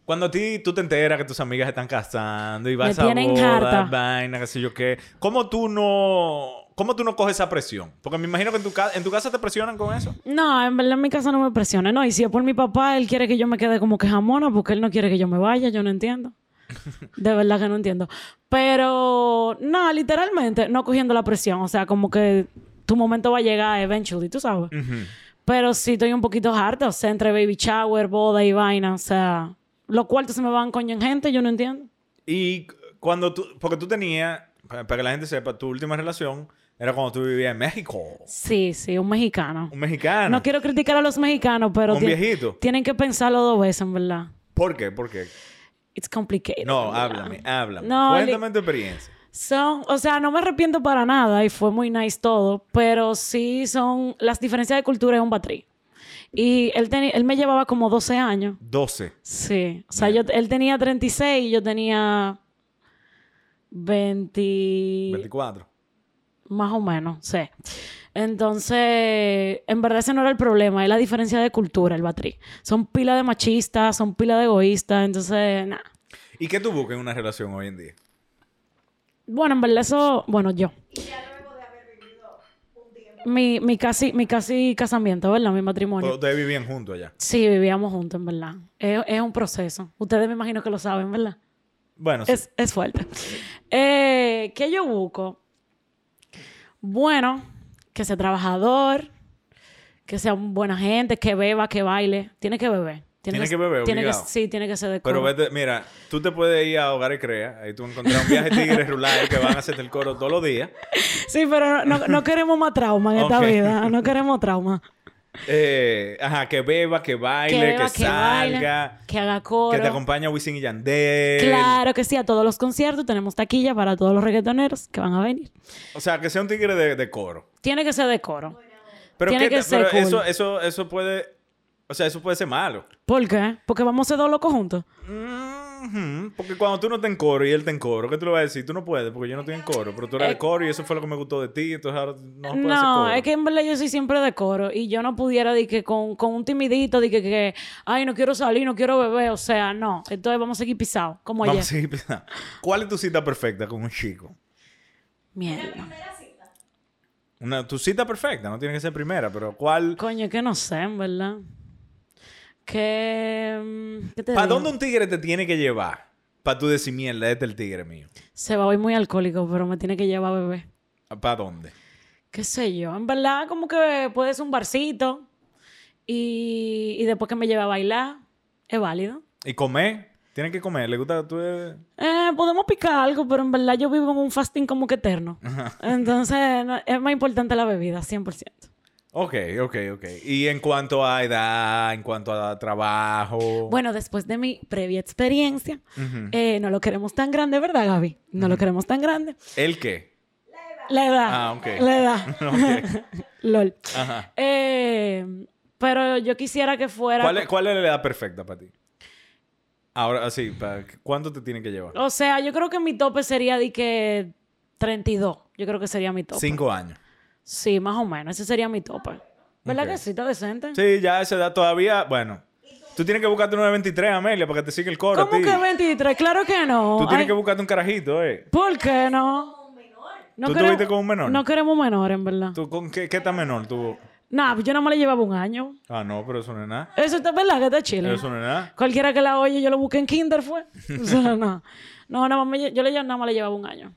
[SPEAKER 2] cuando a ti tú te enteras que tus amigas están casando y vas a
[SPEAKER 3] tienen
[SPEAKER 2] boda,
[SPEAKER 3] harta.
[SPEAKER 2] vaina, qué sé yo qué, ¿cómo tú no, cómo tú no coges esa presión? Porque me imagino que en tu, ca- en tu casa te presionan con eso.
[SPEAKER 3] No, en verdad en mi casa no me presiona, no. Y si es por mi papá, él quiere que yo me quede como que jamona porque él no quiere que yo me vaya, yo no entiendo. De verdad que no entiendo. Pero, no, literalmente, no cogiendo la presión. O sea, como que tu momento va a llegar eventually, tú sabes. Pero sí estoy un poquito harta. O sea, entre baby shower, boda y vaina. O sea, los cuartos se me van coño en gente, yo no entiendo.
[SPEAKER 2] Y cuando tú, porque tú tenías, pa- para que la gente sepa, tu última relación era cuando tú vivías en México.
[SPEAKER 3] Sí, sí, un mexicano.
[SPEAKER 2] Un mexicano.
[SPEAKER 3] No quiero criticar a los mexicanos, pero
[SPEAKER 2] Un
[SPEAKER 3] tien-
[SPEAKER 2] viejito.
[SPEAKER 3] tienen que pensarlo dos veces, en verdad.
[SPEAKER 2] ¿Por qué? ¿Por qué?
[SPEAKER 3] It's complicated.
[SPEAKER 2] No,
[SPEAKER 3] en verdad.
[SPEAKER 2] háblame, háblame.
[SPEAKER 3] Eh, No, li-
[SPEAKER 2] Cuéntame tu experiencia.
[SPEAKER 3] son, o sea, no me arrepiento para nada y fue muy nice todo, pero sí son las diferencias de cultura es un batrí. Y él, teni- él me llevaba como 12 años.
[SPEAKER 2] 12.
[SPEAKER 3] Sí. O sea, yo, él tenía 36 y yo tenía 20.
[SPEAKER 2] 24.
[SPEAKER 3] Más o menos, sí. Entonces, en verdad ese no era el problema, es la diferencia de cultura, el batrí. Son pila de machistas, son pila de egoístas, entonces, nada.
[SPEAKER 2] ¿Y qué tú buscas en una relación hoy en día?
[SPEAKER 3] Bueno, en verdad eso, bueno, yo. Mi, mi casi, mi casi casamiento, ¿verdad? Mi
[SPEAKER 2] Pero
[SPEAKER 3] matrimonio.
[SPEAKER 2] ustedes vivían juntos allá.
[SPEAKER 3] Sí, vivíamos juntos, en verdad. Es, es un proceso. Ustedes me imagino que lo saben, ¿verdad?
[SPEAKER 2] Bueno, sí.
[SPEAKER 3] Es, es fuerte. Eh, ¿Qué yo busco? Bueno, que sea trabajador, que sea un buena gente, que beba, que baile. Tiene que beber.
[SPEAKER 2] Tiene que beber,
[SPEAKER 3] tiene que,
[SPEAKER 2] obligado.
[SPEAKER 3] Sí, tiene que ser de
[SPEAKER 2] Pero
[SPEAKER 3] coro.
[SPEAKER 2] vete, mira, tú te puedes ir a Hogar y Crea. Ahí tú encontrás un viaje tigre rural que van a hacerte el coro todos los días.
[SPEAKER 3] Sí, pero no, no queremos más trauma en esta
[SPEAKER 2] Ok.
[SPEAKER 3] vida. No queremos trauma.
[SPEAKER 2] Eh, ajá, que beba, que baile, que,
[SPEAKER 3] beba, baile,
[SPEAKER 2] salga.
[SPEAKER 3] que haga coro.
[SPEAKER 2] Que te acompaña Wisin y Yandel.
[SPEAKER 3] Claro que sí, a todos los conciertos tenemos taquilla para todos los reggaetoneros que van a venir.
[SPEAKER 2] O sea, que sea un tigre de, de coro.
[SPEAKER 3] Tiene que ser de coro.
[SPEAKER 2] Pero,
[SPEAKER 3] Tiene
[SPEAKER 2] qué
[SPEAKER 3] que
[SPEAKER 2] ta-
[SPEAKER 3] ser
[SPEAKER 2] pero
[SPEAKER 3] cool.
[SPEAKER 2] eso, eso, eso puede. O sea, eso puede ser malo.
[SPEAKER 3] ¿Por qué? Porque vamos a ser dos locos juntos.
[SPEAKER 2] Ujú, Porque cuando tú no te en coro y él te en coro, ¿qué tú le vas a decir? Tú no puedes, porque yo no estoy en coro, pero tú eres de coro y eso fue lo que me gustó de ti, entonces ahora no puedes hacer
[SPEAKER 3] Eh, No,
[SPEAKER 2] coro.
[SPEAKER 3] es que en verdad yo soy siempre de coro y yo no pudiera de que con, con un timidito de que, que, ay, no quiero salir, no quiero beber, o sea, no. Entonces vamos a seguir pisados, como
[SPEAKER 2] Vamos
[SPEAKER 3] ayer.
[SPEAKER 2] a seguir pensando. ¿Cuál es tu cita perfecta con un chico?
[SPEAKER 3] Mierda.
[SPEAKER 2] Una, tu cita perfecta, no tiene que ser primera, pero ¿cuál?
[SPEAKER 3] Coño, que no sé, en verdad. Que... mm, ¿qué te
[SPEAKER 2] ¿Para
[SPEAKER 3] digo?
[SPEAKER 2] dónde un tigre te tiene que llevar? Para tú decir, mierda, este es el tigre mío.
[SPEAKER 3] Se va a oír muy alcohólico, pero me tiene que llevar a beber.
[SPEAKER 2] ¿Para dónde?
[SPEAKER 3] qué sé yo, en verdad como que puede ser un barcito y, y después que me lleve a bailar, es válido.
[SPEAKER 2] ¿Y comer? Tienen que comer, le gusta tú eres-
[SPEAKER 3] Eh, podemos picar algo, pero en verdad yo vivo en un fasting como que eterno. Entonces no- es más importante la bebida, 100%.
[SPEAKER 2] Ok, ok, ok. Y en cuanto a edad, en cuanto a trabajo.
[SPEAKER 3] Bueno, después de mi previa experiencia, eh, no lo queremos tan grande, ¿verdad, Gaby? No lo queremos tan grande.
[SPEAKER 2] ¿El qué?
[SPEAKER 3] La edad.
[SPEAKER 2] Ah, ok.
[SPEAKER 3] La edad.
[SPEAKER 2] Ok.
[SPEAKER 3] LOL.
[SPEAKER 2] Ajá.
[SPEAKER 3] Eh, pero yo quisiera que fuera...
[SPEAKER 2] ¿Cuál es, cuál es la edad perfecta para ti? Ahora, así, pa- ¿cuánto te tiene que llevar?
[SPEAKER 3] O sea, yo creo que mi tope sería de que 32. Yo creo que sería mi tope.
[SPEAKER 2] Cinco años.
[SPEAKER 3] Sí, más o menos. Ese sería mi tope. ¿Verdad
[SPEAKER 2] Ok.
[SPEAKER 3] que sí? ¿Está decente?
[SPEAKER 2] Sí, ya a esa edad todavía, bueno. Tú tienes que buscarte uno de 23, Amelia, para que te siga el coro.
[SPEAKER 3] ¿Cómo
[SPEAKER 2] a ti.
[SPEAKER 3] que 23? Claro que no.
[SPEAKER 2] Tú tienes
[SPEAKER 3] Ay,
[SPEAKER 2] que buscarte un carajito, eh.
[SPEAKER 3] ¿Por qué no? no
[SPEAKER 2] ¿Tú
[SPEAKER 3] queremos-
[SPEAKER 2] tuviste con un menor?
[SPEAKER 3] No queremos menor, en verdad.
[SPEAKER 2] ¿Tú con qué, qué tan menor tú?
[SPEAKER 3] Nah, pues yo nada más le llevaba un año.
[SPEAKER 2] Ah, no, pero eso no es nada.
[SPEAKER 3] Eso está verdad que está chile.
[SPEAKER 2] Eso no es nada.
[SPEAKER 3] Cualquiera que la oye, yo lo busqué en Kinder fue. O sea, no. No, nada más me lle- yo le, lle- nada más le llevaba un año.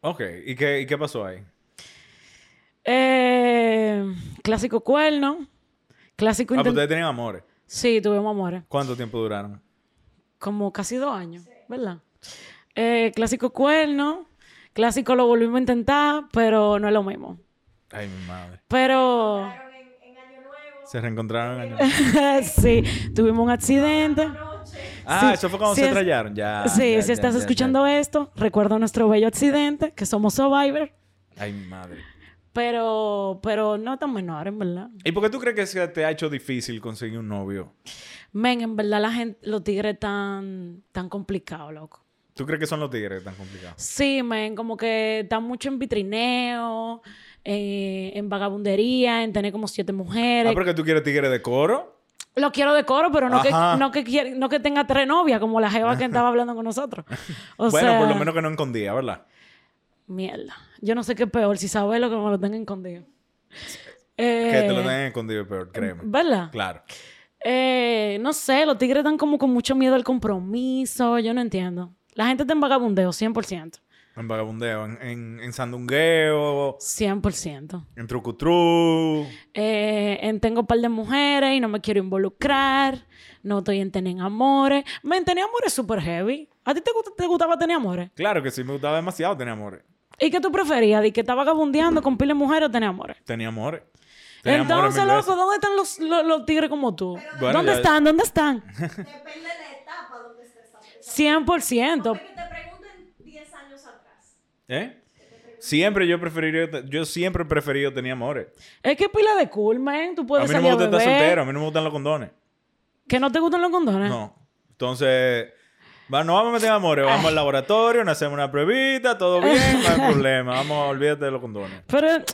[SPEAKER 2] Ok, ¿y qué, y qué pasó ahí? Ah,
[SPEAKER 3] Eh, clásico cuerno. Clásico
[SPEAKER 2] Ah, pues
[SPEAKER 3] intent-
[SPEAKER 2] ustedes tenían amores.
[SPEAKER 3] Sí, tuvimos amores.
[SPEAKER 2] ¿Cuánto tiempo duraron?
[SPEAKER 3] Como casi dos años, ¿verdad? Eh, clásico cuerno. Clásico lo volvimos a intentar, pero no es lo mismo.
[SPEAKER 2] Ay, mi madre.
[SPEAKER 3] Pero
[SPEAKER 2] Se reencontraron en año.
[SPEAKER 3] sí, tuvimos un accidente.
[SPEAKER 2] Ah,
[SPEAKER 3] Sí,
[SPEAKER 2] eso fue cuando
[SPEAKER 3] sí
[SPEAKER 2] se
[SPEAKER 3] es-
[SPEAKER 2] trallaron. Ya.
[SPEAKER 3] sí,
[SPEAKER 2] ya,
[SPEAKER 3] si
[SPEAKER 2] ya,
[SPEAKER 3] estás
[SPEAKER 2] ya,
[SPEAKER 3] escuchando esto, recuerda nuestro bello accidente, que somos Survivor.
[SPEAKER 2] ya. Ay, mi madre.
[SPEAKER 3] Pero, pero no tan menor, en verdad.
[SPEAKER 2] ¿Y por qué tú crees que se te ha hecho difícil conseguir un novio?
[SPEAKER 3] Men, en verdad la gente, los tigres tan, tan complicados, loco.
[SPEAKER 2] ¿Tú crees que son los tigres tan complicados?
[SPEAKER 3] Sí, men, como que están mucho en vitrineo, eh, en vagabundería, en tener como siete mujeres.
[SPEAKER 2] Ah, porque tú quieres tigres de coro.
[SPEAKER 3] Lo quiero de coro, pero no que,
[SPEAKER 2] Ajá.
[SPEAKER 3] no, que quiere- no que tenga tres novias, como la jeva que estaba hablando con nosotros. O
[SPEAKER 2] bueno,
[SPEAKER 3] sea,
[SPEAKER 2] por lo menos que no escondía, ¿verdad?
[SPEAKER 3] Mierda. Yo no sé qué es peor, si sabes lo que me lo tengan escondido. Eh,
[SPEAKER 2] Que te lo tengan escondido es peor, créeme.
[SPEAKER 3] ¿Verdad?
[SPEAKER 2] Claro.
[SPEAKER 3] Eh, no sé, los tigres están como con mucho miedo al compromiso, yo no entiendo. La gente está en vagabundeo, 100%.
[SPEAKER 2] En vagabundeo, en, en, en sandungueo,
[SPEAKER 3] 100%.
[SPEAKER 2] en trucutru.
[SPEAKER 3] Eh, en tengo un par de mujeres y no me quiero involucrar. No estoy en tener amores. Men, tener amores súper heavy. ¿A ti te, gusta- te gustaba tener amores?
[SPEAKER 2] Claro que sí, me gustaba demasiado tener amores.
[SPEAKER 3] ¿Y qué tú preferías? ¿De que estaba vagabundeando con pile de mujeres o tener amores?
[SPEAKER 2] Tenía amores. Tenía amores
[SPEAKER 3] Entonces,
[SPEAKER 2] mil
[SPEAKER 3] loco,
[SPEAKER 2] veces.
[SPEAKER 3] ¿dónde están los, lo- los tigres como tú?
[SPEAKER 2] Bueno,
[SPEAKER 3] ¿Dónde
[SPEAKER 2] ya-
[SPEAKER 3] están? ¿Dónde están? Depende de la etapa donde estés. 100%.
[SPEAKER 2] ¿Eh? Siempre yo preferiría, yo siempre he preferido tener amores.
[SPEAKER 3] Es que pila de cool, man. Tú
[SPEAKER 2] A
[SPEAKER 3] puedes
[SPEAKER 2] mí no
[SPEAKER 3] salir
[SPEAKER 2] me
[SPEAKER 3] a
[SPEAKER 2] gusta estar
[SPEAKER 3] beber.
[SPEAKER 2] soltero, a mí no me gustan los condones.
[SPEAKER 3] Que no te gustan los condones.
[SPEAKER 2] No. Entonces, va- no vamos a meter amores, vamos al laboratorio, nos hacemos una pruebita, todo bien, no hay problema. Vamos, olvídate de los condones.
[SPEAKER 3] Pero eh,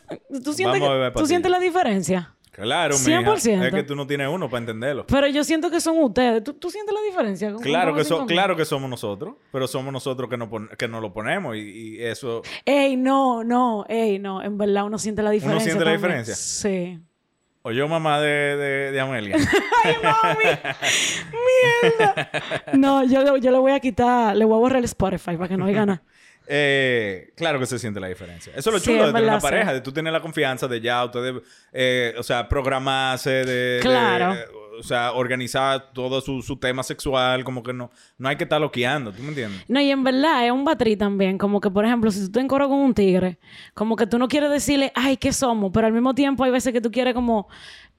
[SPEAKER 3] tú sientes,
[SPEAKER 2] Vamos a beber
[SPEAKER 3] que- tú
[SPEAKER 2] pastillas.
[SPEAKER 3] sientes la diferencia.
[SPEAKER 2] Claro, mija.
[SPEAKER 3] 100%.
[SPEAKER 2] Es que tú no tienes uno para entenderlo.
[SPEAKER 3] Pero yo siento que son ustedes. ¿Tú, tú sientes la diferencia? con-
[SPEAKER 2] Claro
[SPEAKER 3] con
[SPEAKER 2] que,
[SPEAKER 3] sin
[SPEAKER 2] so-
[SPEAKER 3] condón?
[SPEAKER 2] claro que somos nosotros, pero somos nosotros que no, pon- que no lo ponemos y, y eso...
[SPEAKER 3] Ey, no, no, ey, no. En verdad uno siente la diferencia.
[SPEAKER 2] siente la
[SPEAKER 3] también.
[SPEAKER 2] diferencia?
[SPEAKER 3] Sí.
[SPEAKER 2] O yo mamá de, de, de Amelia.
[SPEAKER 3] ¡Ay, mami! ¡Mierda! No, yo, yo le voy a quitar, le voy a borrar el Spotify para que no oiga nada.
[SPEAKER 2] Eh, claro que se siente la diferencia. Eso es lo
[SPEAKER 3] Sí,
[SPEAKER 2] chulo
[SPEAKER 3] en
[SPEAKER 2] de tener una
[SPEAKER 3] verdad, sí.
[SPEAKER 2] pareja, de tú tener la confianza de ya, ustedes, eh, o sea, programarse, de, de-
[SPEAKER 3] Claro.
[SPEAKER 2] o sea, organizar todo su, su tema sexual, como que no, no hay que estar loqueando, ¿tú me entiendes?
[SPEAKER 3] No, y en verdad es un batrí también. Como que, por ejemplo, si tú te encoras con un tigre, como que tú no quieres decirle, ay, ¿qué somos? Pero al mismo tiempo hay veces que tú quieres como,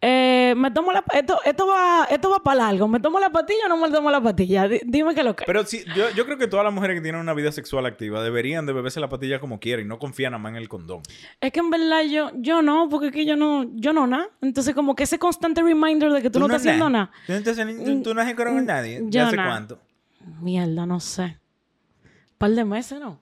[SPEAKER 3] eh, me tomo la... Esto, esto va, esto va para largo. ¿Me tomo la patilla o no me tomo la patilla? Di- dime que lo que...
[SPEAKER 2] Pero sí, yo, yo creo que todas las mujeres que tienen una vida sexual activa deberían de beberse la patilla como quieren y no confían nada más en el condón.
[SPEAKER 3] Es que en verdad yo, yo no, porque es que yo no, yo no nada. Entonces como que ese constante reminder de que tú, no, estás haciendo nada. Mm,
[SPEAKER 2] Tú no, estás haciendo- tú- tú no has encorado con nadie.
[SPEAKER 3] yo
[SPEAKER 2] ¿Ya hace
[SPEAKER 3] nada.
[SPEAKER 2] cuánto?
[SPEAKER 3] Mierda, no sé. par de meses, ¿no?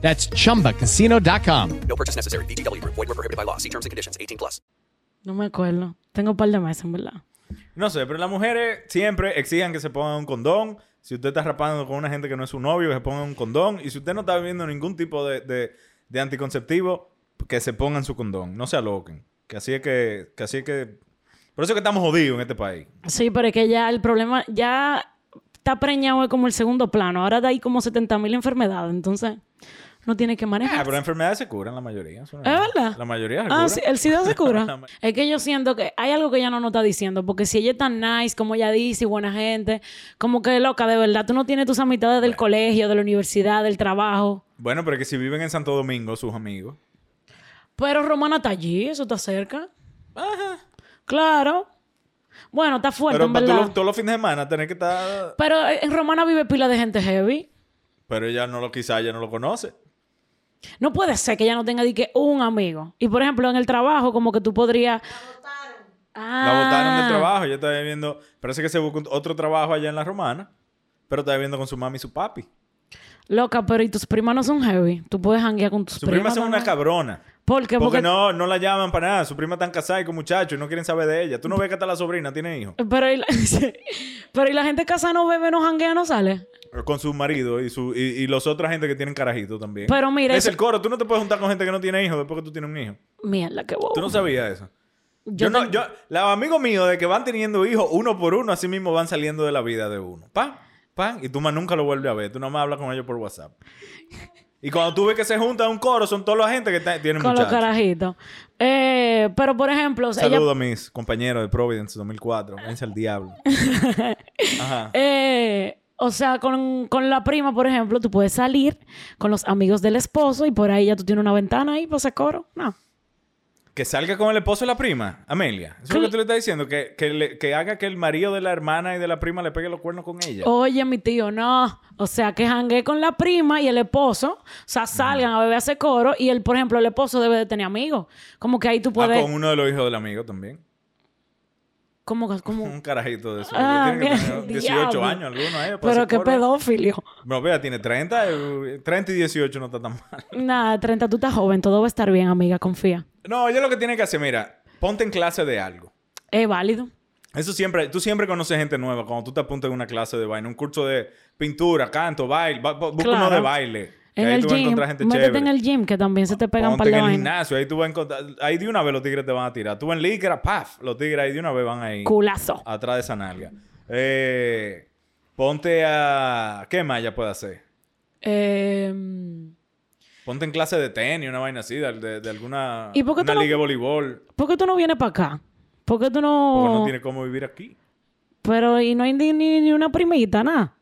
[SPEAKER 4] That's chumbacasino.com.
[SPEAKER 3] No me acuerdo. Tengo un par de meses, en verdad.
[SPEAKER 2] No sé, pero las mujeres siempre exijan que se pongan un condón. Si usted está rapando con una gente que no es su novio, que se ponga un condón. Y si usted no está viviendo ningún tipo de, de- de anticonceptivo, que se pongan su condón. No se aloquen. Que así es que... que, así es que... Por eso es que estamos jodidos en este país.
[SPEAKER 3] Sí, pero es que ya el problema ya está preñado es como el segundo plano. Ahora de ahí como 70 mil enfermedades, entonces no tiene que
[SPEAKER 2] Ah,
[SPEAKER 3] manejar.
[SPEAKER 2] pero las enfermedades se curan la mayoría. Eso no
[SPEAKER 3] ¿Es verdad?
[SPEAKER 2] La mayoría se
[SPEAKER 3] Ah,
[SPEAKER 2] cura.
[SPEAKER 3] sí, el SIDA se
[SPEAKER 2] La
[SPEAKER 3] cura.
[SPEAKER 2] ma-
[SPEAKER 3] es que yo siento que hay algo que ella no nos está diciendo, porque si ella es tan nice, como ella dice, y buena gente, como que loca, de verdad, tú no tienes tus amistades del colegio, de la universidad, del trabajo.
[SPEAKER 2] Bueno, pero que si viven en Santo Domingo, sus amigos.
[SPEAKER 3] Pero Romana está allí, eso está cerca. Claro. Bueno, está fuerte,
[SPEAKER 2] Pero
[SPEAKER 3] en
[SPEAKER 2] para tú
[SPEAKER 3] verdad.
[SPEAKER 2] los- todos los fines de semana tenés que estar...
[SPEAKER 3] Pero eh, en Romana vive pila de gente heavy.
[SPEAKER 2] Pero ella no lo... Quizá ella no lo conoce.
[SPEAKER 3] No puede ser que ella no tenga di que un amigo. Y por ejemplo, en el trabajo, como que tú podrías. Ah.
[SPEAKER 2] La
[SPEAKER 3] La
[SPEAKER 2] botaron del trabajo. Yo estaba viviendo. Parece que se buscó un- otro trabajo allá en la romana. Pero estaba viviendo con su mami y su papi.
[SPEAKER 3] Loca, pero y tus primas no son heavy. Tú puedes hanguear con tus
[SPEAKER 2] Su prima
[SPEAKER 3] primas.
[SPEAKER 2] es una
[SPEAKER 3] también.
[SPEAKER 2] cabrona.
[SPEAKER 3] ¿Por qué?
[SPEAKER 2] Porque,
[SPEAKER 3] Porque,
[SPEAKER 2] no, no la llaman para nada. Su prima está casada y con muchachos y no quieren saber de ella. Tú no ves que hasta la sobrina tiene hijos.
[SPEAKER 3] Pero y, la... sí. pero y la gente casada no bebe, no janguea, no sale.
[SPEAKER 2] Con su marido y su y, y los otras gente que tienen carajito también.
[SPEAKER 3] Pero mira,
[SPEAKER 2] Es
[SPEAKER 3] eso-
[SPEAKER 2] el coro. Tú no te puedes juntar con gente que no tiene hijos después que tú tienes un hijo.
[SPEAKER 3] Mierda, qué bobo.
[SPEAKER 2] Tú no sabías eso. Yo,
[SPEAKER 3] Yo
[SPEAKER 2] no,
[SPEAKER 3] ten-
[SPEAKER 2] yo, los amigos míos de que van teniendo hijos uno por uno, así mismo van saliendo de la vida de uno. Pan, pan. Y tú más nunca lo vuelves a ver. Tú nomás hablas con ellos por WhatsApp. Y cuando tú ves que se juntan un coro, son toda la gente que ta- tienen
[SPEAKER 3] Con los
[SPEAKER 2] muchachos.
[SPEAKER 3] carajitos. Eh, pero por ejemplo, o sea, ella-
[SPEAKER 2] Saludos a mis compañeros de Providence 2004. Vence al diablo. Ajá.
[SPEAKER 3] Eh, o sea, con, con la prima, por ejemplo, tú puedes salir con los amigos del esposo y por ahí ya tú tienes una ventana ahí para ese coro. No.
[SPEAKER 2] Que salga con el esposo de la prima, Amelia. Eso es lo que tú le estás diciendo. Que, que, le- que haga que el marido de la hermana y de la prima le pegue los cuernos con ella.
[SPEAKER 3] Oye, mi tío, no. O sea, que jangue con la prima y el esposo. O sea, salgan a beber a ese coro y el, por ejemplo, el esposo debe de tener amigos. Como que ahí tú
[SPEAKER 2] Ah,
[SPEAKER 3] puedes...
[SPEAKER 2] con uno de los hijos del amigo también.
[SPEAKER 3] Como, que- como...
[SPEAKER 2] Un carajito de eso.
[SPEAKER 3] Ah,
[SPEAKER 2] tiene que
[SPEAKER 3] mira,
[SPEAKER 2] tener 18
[SPEAKER 3] diablo.
[SPEAKER 2] años alguno eh, pues, ahí. para
[SPEAKER 3] Pero
[SPEAKER 2] ese
[SPEAKER 3] qué
[SPEAKER 2] coro.
[SPEAKER 3] pedófilo.
[SPEAKER 2] Bueno, vea, tiene 30, eh, 30 y 18 no está tan mal.
[SPEAKER 3] Nada, 30, tú estás joven. Todo va a estar bien, amiga. Confía.
[SPEAKER 2] No, yo lo que tiene que hacer, mira, ponte en clase de algo.
[SPEAKER 3] Es válido.
[SPEAKER 2] Eso siempre, tú siempre conoces gente nueva cuando tú te apuntas en una clase de baile, un curso de pintura, canto, baile, ba- bu- busca
[SPEAKER 3] Claro.
[SPEAKER 2] uno de baile. que
[SPEAKER 3] En
[SPEAKER 2] ahí
[SPEAKER 3] el
[SPEAKER 2] tú vas a
[SPEAKER 3] gym.
[SPEAKER 2] encontrar gente
[SPEAKER 3] Métete
[SPEAKER 2] chévere. Ah,
[SPEAKER 3] en el gym, que también se te pegan para
[SPEAKER 2] Ponte en
[SPEAKER 3] la
[SPEAKER 2] el
[SPEAKER 3] vaina.
[SPEAKER 2] gimnasio, ahí tú vas a encontrar, ahí de una vez los tigres te van a tirar. Tú en licra, paf, los tigres ahí de una vez van ahí.
[SPEAKER 3] Culazo.
[SPEAKER 2] Atrás de esa nalga. Eh, ponte a, ¿qué más ya puede hacer?
[SPEAKER 3] Eh,
[SPEAKER 2] Ponte en clase de tenis, una vaina así, de, de- de alguna
[SPEAKER 3] ¿Y por qué
[SPEAKER 2] una
[SPEAKER 3] tú no-
[SPEAKER 2] liga de voleibol.
[SPEAKER 3] ¿Por qué tú no vienes para acá? ¿Por qué tú
[SPEAKER 2] Porque
[SPEAKER 3] no...?
[SPEAKER 2] no tiene cómo vivir aquí.
[SPEAKER 3] Pero y no hay ni, ni- ni una primita, nada.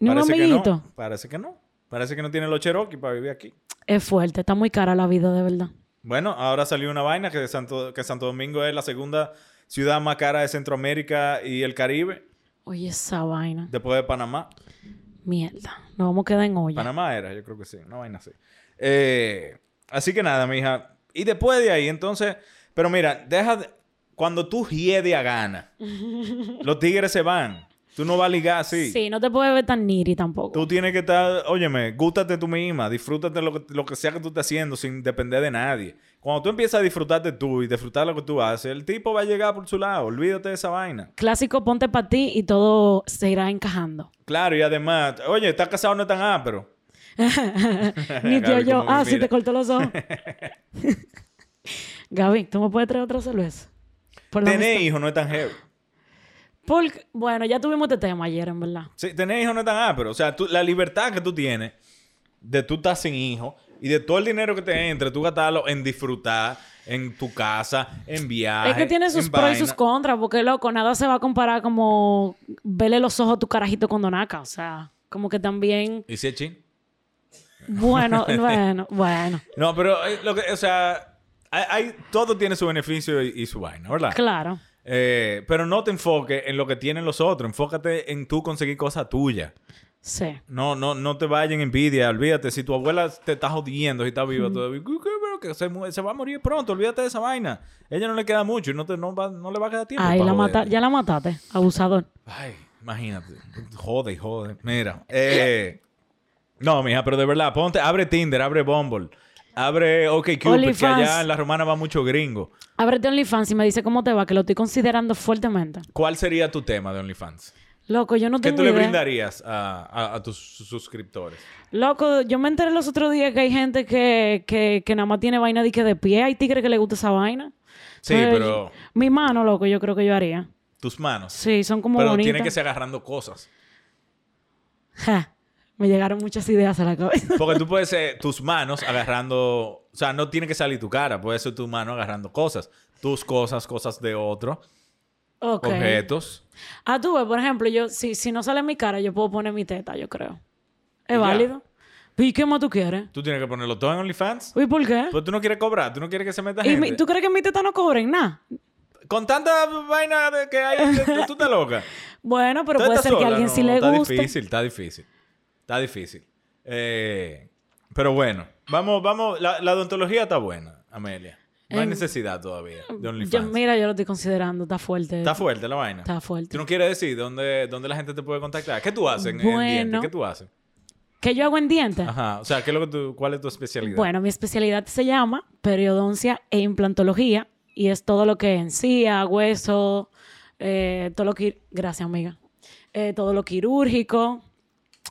[SPEAKER 3] Ni un
[SPEAKER 2] que
[SPEAKER 3] amiguito.
[SPEAKER 2] no. Parece que no. Parece que no tiene los Cherokee para vivir aquí.
[SPEAKER 3] Es fuerte, está muy cara la vida, de verdad.
[SPEAKER 2] Bueno, ahora salió una vaina que Santo, que Santo Domingo es la segunda ciudad más cara de Centroamérica y el Caribe,
[SPEAKER 3] Oye, esa vaina.
[SPEAKER 2] después de Panamá.
[SPEAKER 3] Mierda. Nos vamos a quedar en olla.
[SPEAKER 2] Panamá era, yo creo que sí, una vaina así. Eh, así que nada, mija. Y después de ahí, entonces, pero mira, deja de- cuando tú hiede a gana, los tigres se van. Tú no vas a ligar así.
[SPEAKER 3] Sí, no te puedes ver tan niri tampoco.
[SPEAKER 2] Tú tienes que estar, óyeme, gústate tú misma, disfrútate lo que, lo que sea que tú estés haciendo sin depender de nadie. Cuando tú empiezas a disfrutarte tú y disfrutar lo que tú haces, el tipo va a llegar por su lado, olvídate de esa vaina.
[SPEAKER 3] Clásico, ponte para ti y todo se irá encajando.
[SPEAKER 2] Claro, y además, oye, estás casado no es tan áspero.
[SPEAKER 3] Ni tío
[SPEAKER 2] Gaby,
[SPEAKER 3] yo.
[SPEAKER 2] como que
[SPEAKER 3] Ah, se
[SPEAKER 2] mira.
[SPEAKER 3] te cortó los ojos. Gaby, ¿tú me puedes traer otra cerveza? Por la
[SPEAKER 2] Tener
[SPEAKER 3] amistad.
[SPEAKER 2] hijos no es tan heavy.
[SPEAKER 3] Porque- Bueno, ya tuvimos este tema ayer, en verdad.
[SPEAKER 2] Sí, tener hijos no es tan áspero. O sea, tú- la libertad que tú tienes de tú estar sin hijos y de todo el dinero que te entre, tú gastarlo en disfrutar, en tu casa, en viajes.
[SPEAKER 3] Es que tiene sus
[SPEAKER 2] en
[SPEAKER 3] pros y
[SPEAKER 2] vaina.
[SPEAKER 3] sus contras, porque loco, nada se va a comparar como verle los ojos a tu carajito cuando naca. O sea, como que también,
[SPEAKER 2] ¿Y si es chin?
[SPEAKER 3] bueno, bueno, bueno.
[SPEAKER 2] No, pero, eh, lo que, o sea, hay, hay- todo tiene su beneficio y, y su vaina, ¿verdad?
[SPEAKER 3] Claro.
[SPEAKER 2] Eh, pero no te enfoques en lo que tienen los otros, enfócate en tú conseguir cosas tuyas.
[SPEAKER 3] Sí.
[SPEAKER 2] No, no, no te vayas en envidia, olvídate. Si tu abuela te está jodiendo y está viva todavía, "Uy, qué bueno que se, mu- se va a morir pronto, olvídate de esa vaina. Ella no le queda mucho y no, te, no, va- no le va a quedar tiempo.
[SPEAKER 3] Ay,
[SPEAKER 2] para
[SPEAKER 3] la
[SPEAKER 2] joderte.
[SPEAKER 3] mata, ya la mataste, abusador.
[SPEAKER 2] Ay, imagínate. Jode y jode. Mira. eh, no, mija, pero de verdad, ponte, abre Tinder, abre Bumble. Abre OkCupid, que
[SPEAKER 3] OnlyFans.
[SPEAKER 2] allá en la romana va mucho gringo.
[SPEAKER 3] Ábrete OnlyFans y me dice cómo te va, que lo estoy considerando fuertemente.
[SPEAKER 2] ¿Cuál sería tu tema de OnlyFans?
[SPEAKER 3] Loco, yo no
[SPEAKER 2] ¿Qué
[SPEAKER 3] tengo
[SPEAKER 2] tú le
[SPEAKER 3] idea.
[SPEAKER 2] brindarías a, a- a tus suscriptores?
[SPEAKER 3] Loco, yo me enteré los otros días que hay gente que, que, que nada más tiene vaina de que de pie. Hay tigres que le gusta esa vaina.
[SPEAKER 2] Sí,
[SPEAKER 3] Entonces,
[SPEAKER 2] pero
[SPEAKER 3] Mi mano, loco, yo creo que yo haría.
[SPEAKER 2] tus manos.
[SPEAKER 3] Sí, son como
[SPEAKER 2] pero
[SPEAKER 3] bonitas.
[SPEAKER 2] tiene que ser agarrando cosas.
[SPEAKER 3] Ja, me llegaron muchas ideas a la cabeza.
[SPEAKER 2] Porque tú puedes ser tus manos agarrando, o sea, no tiene que salir tu cara, puede ser tu mano agarrando cosas, tus cosas, cosas de otro,
[SPEAKER 3] Ok.
[SPEAKER 2] objetos.
[SPEAKER 3] Ah, tú ves, por ejemplo, yo, si, si no sale mi cara, yo puedo poner mi teta, yo creo.
[SPEAKER 2] Y ya.
[SPEAKER 3] ¿Es válido? ¿Y qué más tú quieres?
[SPEAKER 2] Tú tienes que ponerlo todo en OnlyFans.
[SPEAKER 3] ¿Y por qué?
[SPEAKER 2] Pero tú no quieres cobrar, tú no quieres que se meta
[SPEAKER 3] ¿Y
[SPEAKER 2] Pues, gente.
[SPEAKER 3] mi- tú crees que mi teta no cobren nada?
[SPEAKER 2] Con tanta vaina de que hay, tú- tú estás loca.
[SPEAKER 3] Bueno, pero
[SPEAKER 2] Tú
[SPEAKER 3] puede
[SPEAKER 2] estás
[SPEAKER 3] ser que
[SPEAKER 2] sola,
[SPEAKER 3] a alguien
[SPEAKER 2] no,
[SPEAKER 3] sí le
[SPEAKER 2] está
[SPEAKER 3] guste.
[SPEAKER 2] difícil, está difícil. Está difícil. Eh, pero bueno, vamos, vamos. La, la odontología está buena, Amelia. No hay
[SPEAKER 3] Em,
[SPEAKER 2] necesidad todavía de
[SPEAKER 3] Yo-
[SPEAKER 2] OnlyFans.
[SPEAKER 3] mira, yo lo estoy considerando, está fuerte.
[SPEAKER 2] Está fuerte la vaina.
[SPEAKER 3] Está fuerte.
[SPEAKER 2] ¿Tú no quieres decir dónde, dónde la gente te puede contactar? ¿Qué tú haces en- en dientes?
[SPEAKER 3] Bueno.
[SPEAKER 2] ¿Qué tú haces?
[SPEAKER 3] ¿Qué yo hago en dientes?
[SPEAKER 2] Ajá. O sea, ¿qué es lo que tú, ¿cuál es tu especialidad?
[SPEAKER 3] Bueno, mi especialidad se llama periodoncia e implantología y es todo lo que es encía, hueso, eh, todo lo que... Gracias, amiga. Eh, todo lo quirúrgico.